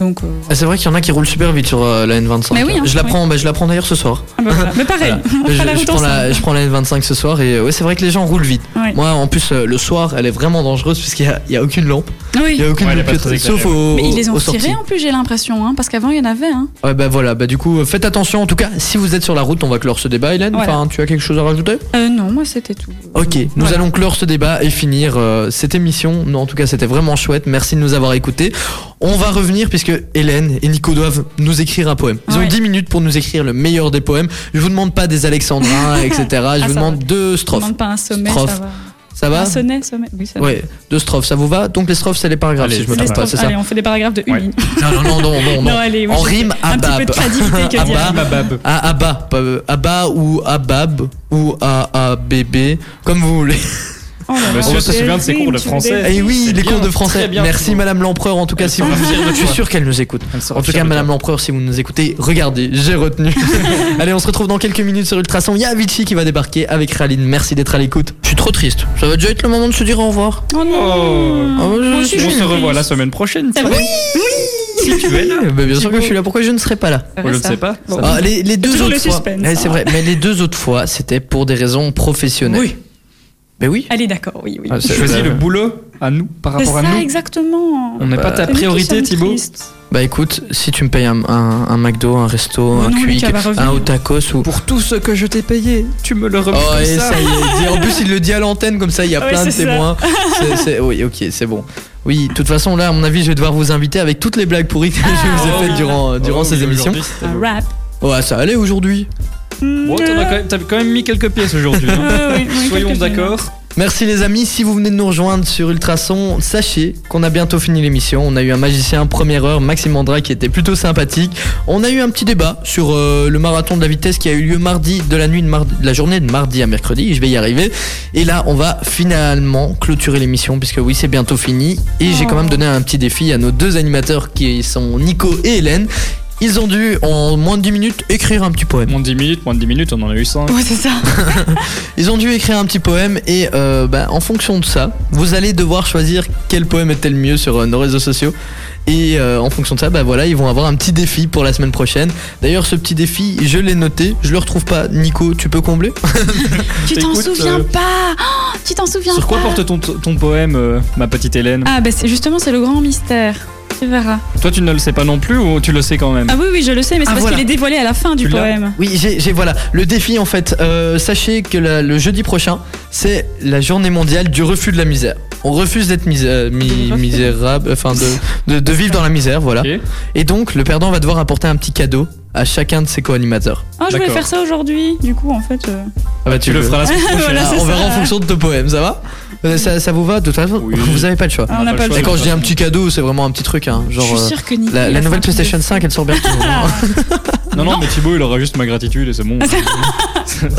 E: Donc, euh,
C: Ah, c'est vrai qu'il y en a qui roulent super vite sur euh, la N25.
E: Mais oui, hein,
C: je la
E: oui.
C: prends, bah, je la prends d'ailleurs ce soir.
E: ah, ben,
C: *laughs*
E: voilà. Mais pareil, *laughs* on
C: je,
E: fera la
C: je
E: route
C: prends la,
E: ensemble.
C: je prends la N25 ce soir et euh, ouais, c'est vrai que les gens roulent vite.
E: Ouais.
C: Moi, en plus, euh, le soir, elle est vraiment dangereuse puisqu'il n'y a, il y a aucune lampe, il
E: Ah Oui.
C: n'y a aucune
D: Ouais, elle est
C: lampe,
D: pas très éclairée,
C: sauf au,
E: Mais ils les
C: au-
E: ont
C: aux sorties.
E: tirés en plus, j'ai l'impression, hein, parce qu'avant il y en avait. Hein.
C: Ouais, bah voilà, bah du coup, euh, faites attention. En tout cas, si vous êtes sur la route, on va clore ce débat, Hélène.
E: Voilà.
C: Enfin, tu as quelque chose à rajouter
E: Euh, non, moi c'était tout.
C: Ok, nous
E: Voilà.
C: allons clore ce débat et finir euh, cette émission. Non, en tout cas, c'était vraiment chouette. Merci de nous avoir écoutés. On va revenir puisque Hélène et Nico doivent nous écrire un poème. Ils ont
E: Ouais.
C: 10 minutes pour nous écrire le meilleur des poèmes. Je vous demande pas des alexandrins,
E: *laughs*
C: etc. Je
E: Ah, ça
C: vous demande
E: va.
C: deux
E: On
C: strophes.
E: demande pas un sommet,
C: Strophe.
E: ça va.
C: Ça va
E: Un sonnet, sommet. Oui, ça va.
C: Ouais, deux strophes, ça vous va Donc les strophes, c'est les paragraphes,
D: Allez,
C: si je me
E: Les
C: trompe pas,
E: strophes.
C: c'est ça
E: Allez, on fait des paragraphes de une
D: Ouais.
E: *laughs* ligne.
C: Non, non, non, non, non.
E: Non, allez, oui,
C: en
E: je-
C: rime,
E: un petit peu
C: abab.
E: de créativité que dire.
C: Abab. Ah,
D: Babab.
C: À abba, pas- euh, abba ou abab ou à abb, comme vous voulez.
E: Oh là là.
D: Monsieur se souvient de ses cours de
E: Eh
D: français.
C: Et Eh oui,
D: C'est
C: les
D: bien,
C: cours de français.
D: très bien.
C: Merci Madame l'Empereur en tout cas si vous Je suis sûr qu'elle nous écoute.
D: Elle sera
C: En tout
D: fière
C: cas
D: de
C: Madame l'Empereur si vous nous écoutez, regardez, j'ai
E: *laughs*
C: retenu. Allez, on se retrouve dans quelques minutes sur Ultrason. Il y a Avicii qui va débarquer avec Raline. Merci d'être à l'écoute. Je suis trop triste. Ça va déjà être le moment de se dire au revoir.
E: Oh
D: toi.
E: non.
D: Oh.
C: Ah, ouais, je-
E: Moi, je suis
D: On se
E: juste
D: revoit
E: triste.
D: la semaine prochaine.
E: C'est
D: toi.
E: vrai
C: Eh ben, bien sûr que je suis là. Pourquoi je ne serai pas là
D: Oh, Je ne sais pas. Ça-
C: Ah, les, les deux
E: Toujours
C: autres
E: le
C: fois.
E: suspense.
C: Eh, c'est vrai. Mais les deux autres fois, c'était pour des raisons professionnelles. Oui. Mais oui.
E: Allez, d'accord, oui, oui.
C: Ah, c'est-
D: Choisis
C: euh,
D: le boulot à nous par
E: C'est
D: rapport à
E: ça,
D: nous.
E: exactement.
D: On n'est pas ta
E: C'est nous qui
D: priorité,
E: sommes
D: Thibaut.
E: tristes.
C: Bah écoute, si tu me payes un, un- un McDo, un resto,
E: Oh
C: un
E: non,
C: quick,
E: Lucas va revenir.
C: un hot tacos ou.
D: Pour tout ce que je t'ai payé, tu me le remets
C: Oh,
D: comme
C: et
D: ça.
C: ça y est, il dit- en plus il le dit à l'antenne comme ça, il y a
E: Ouais,
C: plein de
E: c'est
C: témoins. C'est- c'est- oui, ok, c'est bon. Oui, de toute façon, là, à mon avis, je vais devoir vous inviter avec toutes les blagues pourries que je vous ai
E: Ah,
D: Oh,
C: faites
D: oui.
C: durant, durant
D: Oh,
C: ces
D: oui,
C: émissions.
D: aujourd'hui, c'était
E: Un
D: beau.
E: rap.
C: Ouais, ça allait aujourd'hui.
D: Bon, t'en as quand même- t'as quand même mis quelques pièces aujourd'hui. hein.
E: Oui, oui, oui,
D: Soyons
E: quelques-unes.
D: d'accord.
C: Merci les amis, si vous venez de nous rejoindre sur Ultrason, sachez qu'on a bientôt fini l'émission. On a eu un magicien première heure, Maxime Mandra, qui était plutôt sympathique. On a eu un petit débat sur euh, le marathon de la vitesse qui a eu lieu mardi, de la nuit de, mardi, de la journée de mardi à mercredi. Je vais y arriver. Et là, on va finalement clôturer l'émission, puisque oui, c'est bientôt fini. Et j'ai quand même donné un petit défi à nos deux animateurs qui sont Nico et Hélène. Ils ont dû, en moins de 10 minutes, écrire un petit poème.
D: Moins de 10 minutes, moins de 10 minutes, on en a eu 5.
E: Ouais, c'est ça.
C: Ils ont dû écrire un petit poème et euh, bah, en fonction de ça, vous allez devoir choisir quel poème était le mieux sur euh, nos réseaux sociaux. Et euh, en fonction de ça, bah voilà, ils vont avoir un petit défi pour la semaine prochaine. D'ailleurs, ce petit défi, je l'ai noté, je le retrouve pas. Nico, tu peux combler
E: Tu t'en
D: Écoute,
E: souviens
D: euh,
E: pas Oh, Tu t'en souviens
D: Sur quoi
E: pas
D: porte ton, ton poème, euh, ma petite Hélène
E: Ah, bah c'est- justement, c'est le grand mystère. Tu verras.
D: Toi, tu ne le sais pas non plus ou tu le sais quand même
E: Ah oui, oui, je le sais, mais c'est
C: Ah,
E: parce
C: voilà.
E: qu'il est dévoilé à la fin du
D: Tu l'as
E: poème.
C: Oui, j'ai j'ai- voilà le défi en fait. euh, sachez que la- le jeudi prochain, c'est la journée mondiale du refus de la misère. On refuse d'être mis- euh,
D: *laughs*
C: mi- misérable, enfin de, de- de vivre dans la misère, voilà.
D: Ok.
C: Et donc, le perdant va devoir apporter un petit cadeau à chacun de ses co-animateurs.
E: Oh, je voulais
D: D'accord.
E: faire ça aujourd'hui. Du coup, en fait. euh,
C: Ah bah
D: Tu le feras la
E: *laughs*
D: semaine prochaine.
E: Voilà,
C: Ah,
E: c'est
C: on verra
E: ça.
C: en fonction de ton poème, ça va Euh, ça, ça vous va De toute façon,
D: Oui.
C: vous avez pas le choix.
E: Ah, on n'a pas le
C: Et
E: choix.
C: quand je dis un petit cadeau, c'est vraiment un petit truc, hein,
E: Je
C: genre
E: suis
C: euh,
E: sûre que Nico.
C: la,
E: il
C: la
E: a
C: nouvelle
E: fait un truc
C: PlayStation
E: de
C: 5, elle sort bientôt.
E: *laughs*
C: hein.
D: Non, non, mais Thibaut, il aura juste ma gratitude et c'est bon.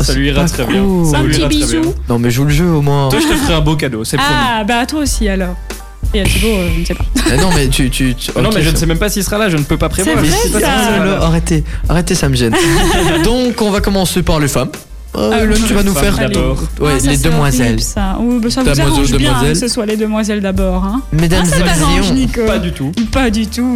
D: ça lui ira très bien.
C: cool.
D: Ça
E: Un
D: lui
E: petit
D: ira très bien.
E: bisou.
C: non mais joue le jeu au moins.
D: Toi, je te ferai un beau cadeau, c'est promis.
E: Ah, bah à toi aussi alors. Et à Thibaut, euh, je ne sais pas.
C: Ah non mais tu, tu, tu-
D: Ah non,
C: ok,
D: mais je ne
C: ça-
D: sais même pas s'il sera là, je ne peux pas prévoir.
E: C'est
D: Je
E: vrai,
D: sais pas
E: ça.
D: s'il
C: Ah,
D: sera
C: là,
D: là.
C: arrêtez, arrêtez, ça me
E: *laughs*
C: gêne. Donc on va commencer par les femmes. Euh,
E: Ah,
C: Hélène,
E: oui.
C: tu vas nous
D: Femmes
C: faire
E: Allez.
D: d'abord.
C: ouais,
E: Ah, ça,
C: les
E: c'est
C: demoiselles.
E: horrible, ça. Oui, bah, ça vous
C: Damoiseau,
E: arrange bien
C: demoiselle.
E: que ce soit les demoiselles d'abord. Hein.
C: Mesdames
E: ça
C: et
E: t'arrange,
C: messieurs.
E: Nico.
D: Pas du tout.
E: Pas du tout.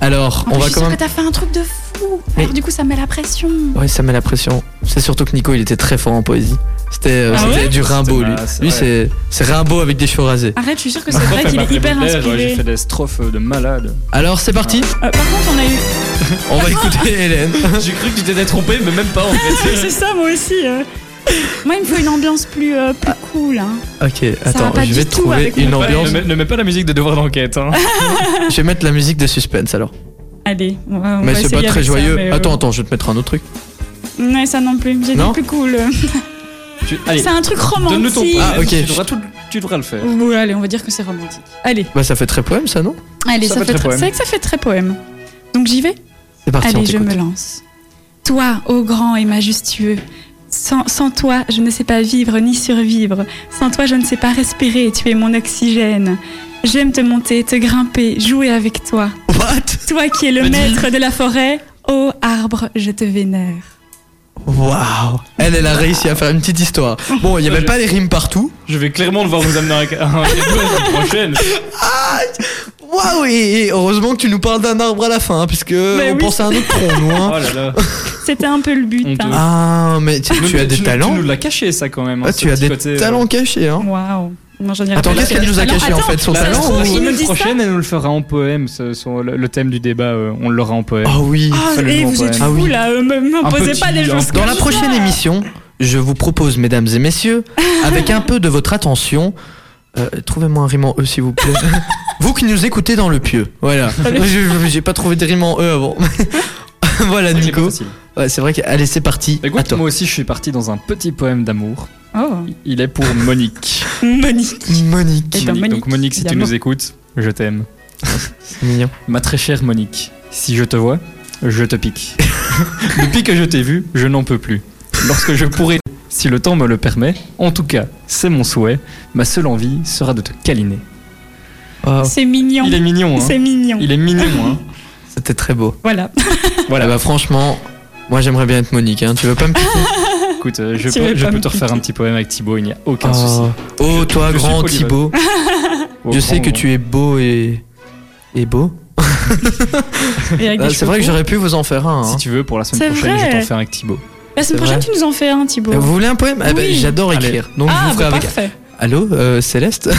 C: Alors, on
E: En
C: va
E: plus, Ah, je suis
C: quand
E: sûre
C: même
E: que t'as fait un truc de fou.
C: Mais-
E: Alors, du coup, ça met la pression.
C: Ouais, ça met la pression. C'est surtout que Nico, il était très fort en poésie. C'était euh,
E: Ah
C: c'était
E: ouais
C: du Rimbaud, lui.
D: C'était ma-
C: Lui,
D: c'est
C: c'est c'est Rimbaud avec des cheveux rasés.
E: Arrête, je suis sûre que
D: Ma
E: c'est
D: prof,
E: vrai
D: elle
E: qu'il
D: m'a
E: est
D: pris
E: hyper
D: Baudelaire, J'ai
E: inspiré.
D: fait des strophes de malade.
C: Alors, c'est parti.
E: Euh, par contre, on a eu.
D: *laughs*
E: *laughs*
C: On va écouter Hélène.
D: J'ai cru que tu t'étais trompé, mais même pas en
E: c'est ça, moi aussi. euh. Moi, il me faut une ambiance plus, euh,
C: Ah.
E: plus cool. Hein.
C: *laughs* Ok,
E: va
C: attends,
E: pas
C: je
E: du
C: vais
E: tout
C: trouver
E: avec
C: une
D: Ne mets pas-
C: ambiance.
D: Ne, mets- ne mets pas la musique de devoir d'enquête. Hein.
E: Ah,
C: Je vais mettre la musique de suspense alors.
E: Allez, on va- on
C: Mais
E: va
C: c'est
E: essayer
C: pas très
E: avec ça,
C: joyeux.
E: mais, euh,
C: Attends, attends, je vais te mettre un autre truc.
E: Ouais, ça non plus. J'ai dit
C: Non
E: plus cool.
D: Tu- Allez,
E: C'est un truc
D: donne-le ton
E: romantique.
C: Ah, ok.
D: Tu devras tout- Tu devras le faire.
E: Ouais, allez, on va dire que c'est romantique. Allez,
C: Bah, ça fait très poème, ça, non
E: allez,
D: Ça
E: ça,
D: fait
E: fait
D: très
E: très-
D: poème.
E: c'est vrai que ça fait très poème. Donc j'y vais.
C: C'est parti, on
E: Allez, je
C: t'écoute.
E: me lance. Toi, ô grand et majestueux, sans, sans toi, je ne sais pas vivre ni survivre. Sans toi, je ne sais pas respirer. Tu es mon oxygène. J'aime te monter, te grimper, jouer avec toi.
C: What
E: Toi qui es le maître de la forêt, ô arbre, je te vénère.
C: Waouh Elle, elle a réussi à faire une petite histoire. Bon, il y avait pas les rimes partout.
D: Je vais clairement devoir vous amener un un cadeau la semaine
E: *laughs*
D: prochaine.
C: Waouh Et et heureusement que tu nous parles d'un arbre à la fin, hein, puisque on
E: oui.
C: pense à un autre tronc, nous, hein.
D: *laughs* Oh là là.
E: C'était un peu le
D: On
E: but.
D: te-
E: hein.
C: Ah, mais tu, tu as
D: nous-
C: des
D: nous-
C: talents.
D: Tu nous l'as caché ça quand même. hein,
C: Ah,
D: ce
C: tu as
D: petit
C: des
D: côté, euh,
C: talents cachés, hein.
E: Waouh. Moi, j'en dirais
C: Attends,
E: pas
C: qu'est-ce
E: la-
C: qu'elle nous a
E: Talent.
C: caché en
E: Attends,
C: fait Son
E: ça se
C: talent
E: trouve,
C: ou-
E: Ah, il nous
D: La
E: dit
D: semaine
E: ça.
D: prochaine, elle nous le fera en poème. ce- son- le, le thème du débat, euh, on l'aura en poème.
C: Ah oui.
E: Ah,
D: Absolument
E: eh, vous êtes
D: pas.
C: Ah
E: fous
C: oui.
E: là, euh, me- m'imposez
D: petit-
E: pas des
D: un
E: choses
D: petit-
C: hein. Dans
E: comme
C: la
E: ça.
C: prochaine émission, je vous propose, mesdames et messieurs, avec un peu de votre attention, euh, trouvez-moi un rime en E s'il vous
D: *laughs*
C: plaît. vous qui nous écoutez dans le pieu. Voilà. Je- J'ai pas trouvé de rime en E avant. *laughs* voilà,
D: C'est Ah, pas
C: Nico.
D: facile.
C: Ouais, c'est vrai que. Allez, c'est parti.
D: Écoute,
C: Attends.
D: moi aussi, je suis parti dans un petit poème d'amour.
E: Oh,
D: Il est pour
E: *laughs*
D: Monique.
E: Monique.
C: Monique.
E: Eh ben, Monique,
D: Donc, Monique, si tu
E: évidemment.
D: nous écoutes, je t'aime.
C: C'est mignon.
D: Ma très chère Monique, si je te vois,
C: *laughs*
D: je te pique. Depuis que je t'ai vu, je n'en peux plus. Lorsque je pourrai Si le temps me le permet, en tout cas, c'est mon souhait, ma seule envie sera de te câliner.
C: Oh,
E: C'est mignon.
D: Ah. Il est mignon, hein.
E: C'est mignon.
D: Il est Ah, mignon, hein.
C: C'était très beau.
E: Voilà.
C: Voilà, bah franchement, moi j'aimerais bien être Monique. Hein. Tu veux pas me
D: Écoute, euh, je,
E: Tu
D: peux,
E: veux
D: je
E: pas
D: peux
E: me
D: te refaire un petit poème avec Thibaut, il n'y a *laughs* aucun
C: Oh,
D: souci.
C: oh, toi,
D: je suis
C: grand
D: polyvalent. hein.
C: Thibaut.
D: Au
C: Je sais
D: grand,
C: que tu es beau et. et beau.
E: Et avec
C: Ah,
E: des
C: C'est vrai que
E: cheveux
C: j'aurais pu vous en faire un.
D: Si
C: hein.
D: tu veux, pour la
E: C'est
D: semaine prochaine,
E: vrai.
D: je vais t'en faire avec Thibaut.
E: courts. La semaine
C: C'est
E: prochaine,
C: vrai.
E: tu nous en fais un, Thibaut.
C: Vous voulez un poème Eh ben,
E: Oui.
C: J'adore écrire. Donc je
E: ah,
C: vous ferai
E: bah,
C: avec.
E: parfait.
C: Allô, euh,
D: *laughs*
C: Céleste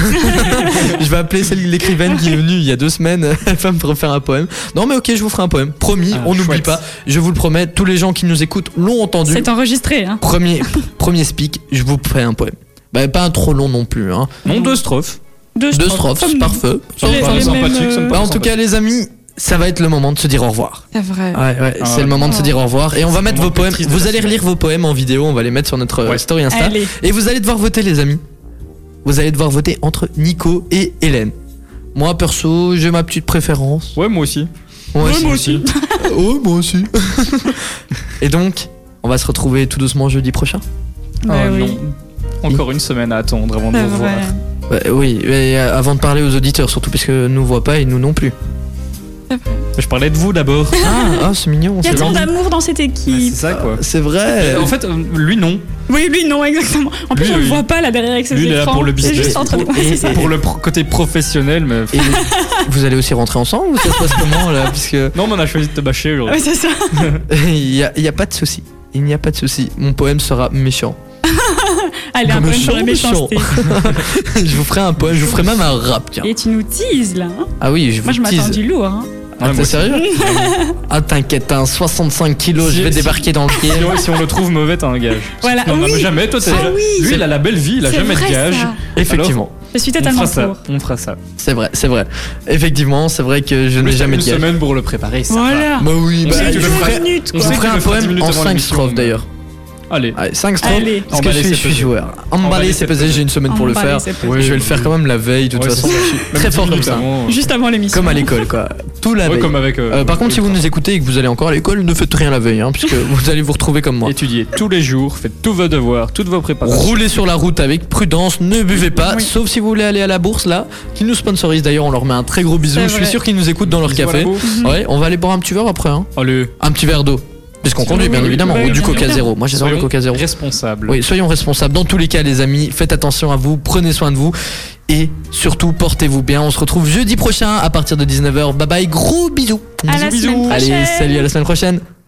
C: Je vais appeler celle- l'écrivaine qui est venue il y a deux semaines. *laughs* Elle va me refaire un poème. Non, mais ok, je vous ferai un poème. Promis,
D: Ah,
C: on n'oublie
D: chouette.
C: pas. Je vous le promets, tous les gens qui nous écoutent l'ont entendu.
E: C'est enregistré. Hein.
C: Premier, premier speak, je vous ferai un poème. Bah, pas un trop long non plus. Hein.
D: Non, deux strophes.
C: Deux strophes,
E: comme
C: c'est
E: nous.
C: parfait.
E: Les-
C: Sympa.
E: les mêmes,
D: sympathique,
E: euh,
C: Ouais, Bah, en tout cas, les amis, ça va être le moment de se dire au revoir.
E: C'est vrai.
C: Ouais, ouais,
D: Ah
C: c'est
D: ouais.
C: le moment de se dire au revoir. Et on va mettre
D: moment
C: vos poèmes.
D: triste de
C: Vous
D: la
C: allez
D: semaine.
C: relire vos poèmes en vidéo. On va les mettre sur notre euh,
D: Ouais. Eh,
C: story Insta.
E: Allez.
C: Et vous allez devoir voter, les amis. Vous allez devoir voter entre Nico et Hélène. Moi, perso, j'ai ma petite préférence.
D: Ouais, moi aussi.
C: Moi aussi.
D: aussi.
C: Oh, moi *laughs* aussi. et donc, on va se retrouver tout doucement jeudi prochain.
E: Bah
D: Ah,
E: oui. Bah
D: non. Encore une semaine à attendre avant de
E: C'est
D: vous revoir.
E: vrai.
C: Ouais, oui, et euh, avant de parler aux auditeurs, surtout parce que nous voient pas et nous non plus.
D: Je parlais de vous
E: *laughs*
D: d'abord.
C: Ah, ah, c'est mignon.
E: Il y a
C: c'est
E: tant
C: gentil.
E: d'amour dans cette
D: Ouais,
E: équipe.
D: Ah, C'est ça, quoi.
C: C'est vrai.
D: En fait, euh, lui, non.
E: Oui, lui, non, exactement. En plus,
D: Lui,
E: on le
D: oui.
E: voit pas là derrière avec ses
D: Lui, il est
E: écrans.
D: là pour le
E: C'est
D: business.
E: juste
D: *laughs*
E: entre nous.
C: Et-
E: Ouais, c'est ça.
D: Pour le pro- côté professionnel, mais.
C: Et vous allez aussi rentrer ensemble ou ça se passe comment là Parce que *laughs*
D: Non, mais on a choisi de te bâcher
E: *laughs* Ouais,
D: aujourd'hui.
E: c'est ça.
C: il n'y a, il y a pas de souci. Il n'y a pas de souci. Mon poème sera méchant. *laughs*
E: Allez, un
C: Non, mais
E: peu sur la
C: chiant, mais chiant.
E: méchanceté.
C: je vous ferai un poème, je vous ferai même un rap. Tiens.
E: Et tu nous teases là. hein.
C: Ah oui, je vous
E: Moi, je m'attends
C: tease.
E: du lourd. hein.
C: Ah,
D: Ouais, moi
C: t'es
D: aussi.
C: sérieux
E: *laughs*
C: Ah t'inquiète, hein, 65 kilos,
D: Si-
C: je vais
D: si-
C: débarquer dans le game.
D: Si on- Si on le trouve mauvais, t'as un gage.
E: Voilà.
D: Non,
E: oui.
D: jamais. Toi, t'as
E: Ah
D: déjà-
E: oui.
D: Lui, il a la belle vie, il a
E: C'est
D: jamais
E: vrai,
D: de gage.
E: ça.
C: Effectivement,
E: Je suis
D: on
E: totalement
D: fera ça.
E: pour.
D: On fera ça.
C: c'est vrai, c'est vrai. Effectivement, c'est vrai que je n'ai
D: Plus
C: jamais
D: une
C: de gage.
D: semaine pour le préparer. Ça
E: Voilà.
C: Bah oui,
D: On
C: bah,
D: sait que
C: je
D: tu le feras.
C: ferai,
E: minutes
C: on
D: On sait
C: ferait
D: que tu
C: un
D: le feras dix
C: poème
D: minutes
C: en
D: avant
C: 5
D: l'émission,
C: strophes
D: mais-
C: d'ailleurs.
D: va. Allez.
C: Allez, 5 strophes.
E: Allez.
C: Parce que je
D: Emballer,
C: suis, je
D: c'est
C: suis
D: pesé.
C: joueur. Emballer, c'est pesé, j'ai une semaine pour le
E: Emballer,
C: faire.
E: c'est pesé.
C: Oui, je vais le faire quand même la veille, de toute
D: Ouais,
C: façon.
D: c'est
C: Je suis très fort comme ça.
E: Juste avant l'émission.
C: Comme à l'école, quoi. Tout la
D: Ouais,
C: veille.
D: comme avec. euh,
C: Euh, par contre, si vous nous écoutez et que vous allez encore à l'école, ne faites rien la veille, hein, puisque *laughs* vous allez vous retrouver comme moi.
D: Étudiez tous les jours, faites tous vos devoirs, toutes vos préparations.
C: Roulez sur la route avec prudence, ne buvez pas, sauf si vous voulez aller à la bourse là, qui nous sponsorise d'ailleurs, on leur met un très gros bisou,
E: C'est
C: je suis
E: vrai.
C: sûr qu'ils nous écoutent dans leur
D: Bisous à la
C: café.
D: bourse.
C: Ouais, on va aller boire un petit verre après, hein.
D: Allez,
C: un petit verre d'eau, puisqu'on conduit bien
D: oui,
C: évidemment,
D: oui,
C: ou
D: oui,
C: du
D: bien
C: coca
D: sûr.
C: zéro, moi j'adore le
D: Soyons
C: coca zéro.
D: responsable.
C: Oui, soyons responsables, dans tous les cas les amis, faites attention à vous, prenez soin de vous, et surtout portez-vous bien, on se retrouve jeudi prochain à partir de 19h, bye bye, gros bisous.
E: À la semaine prochaine.
C: Allez, salut, à la semaine prochaine.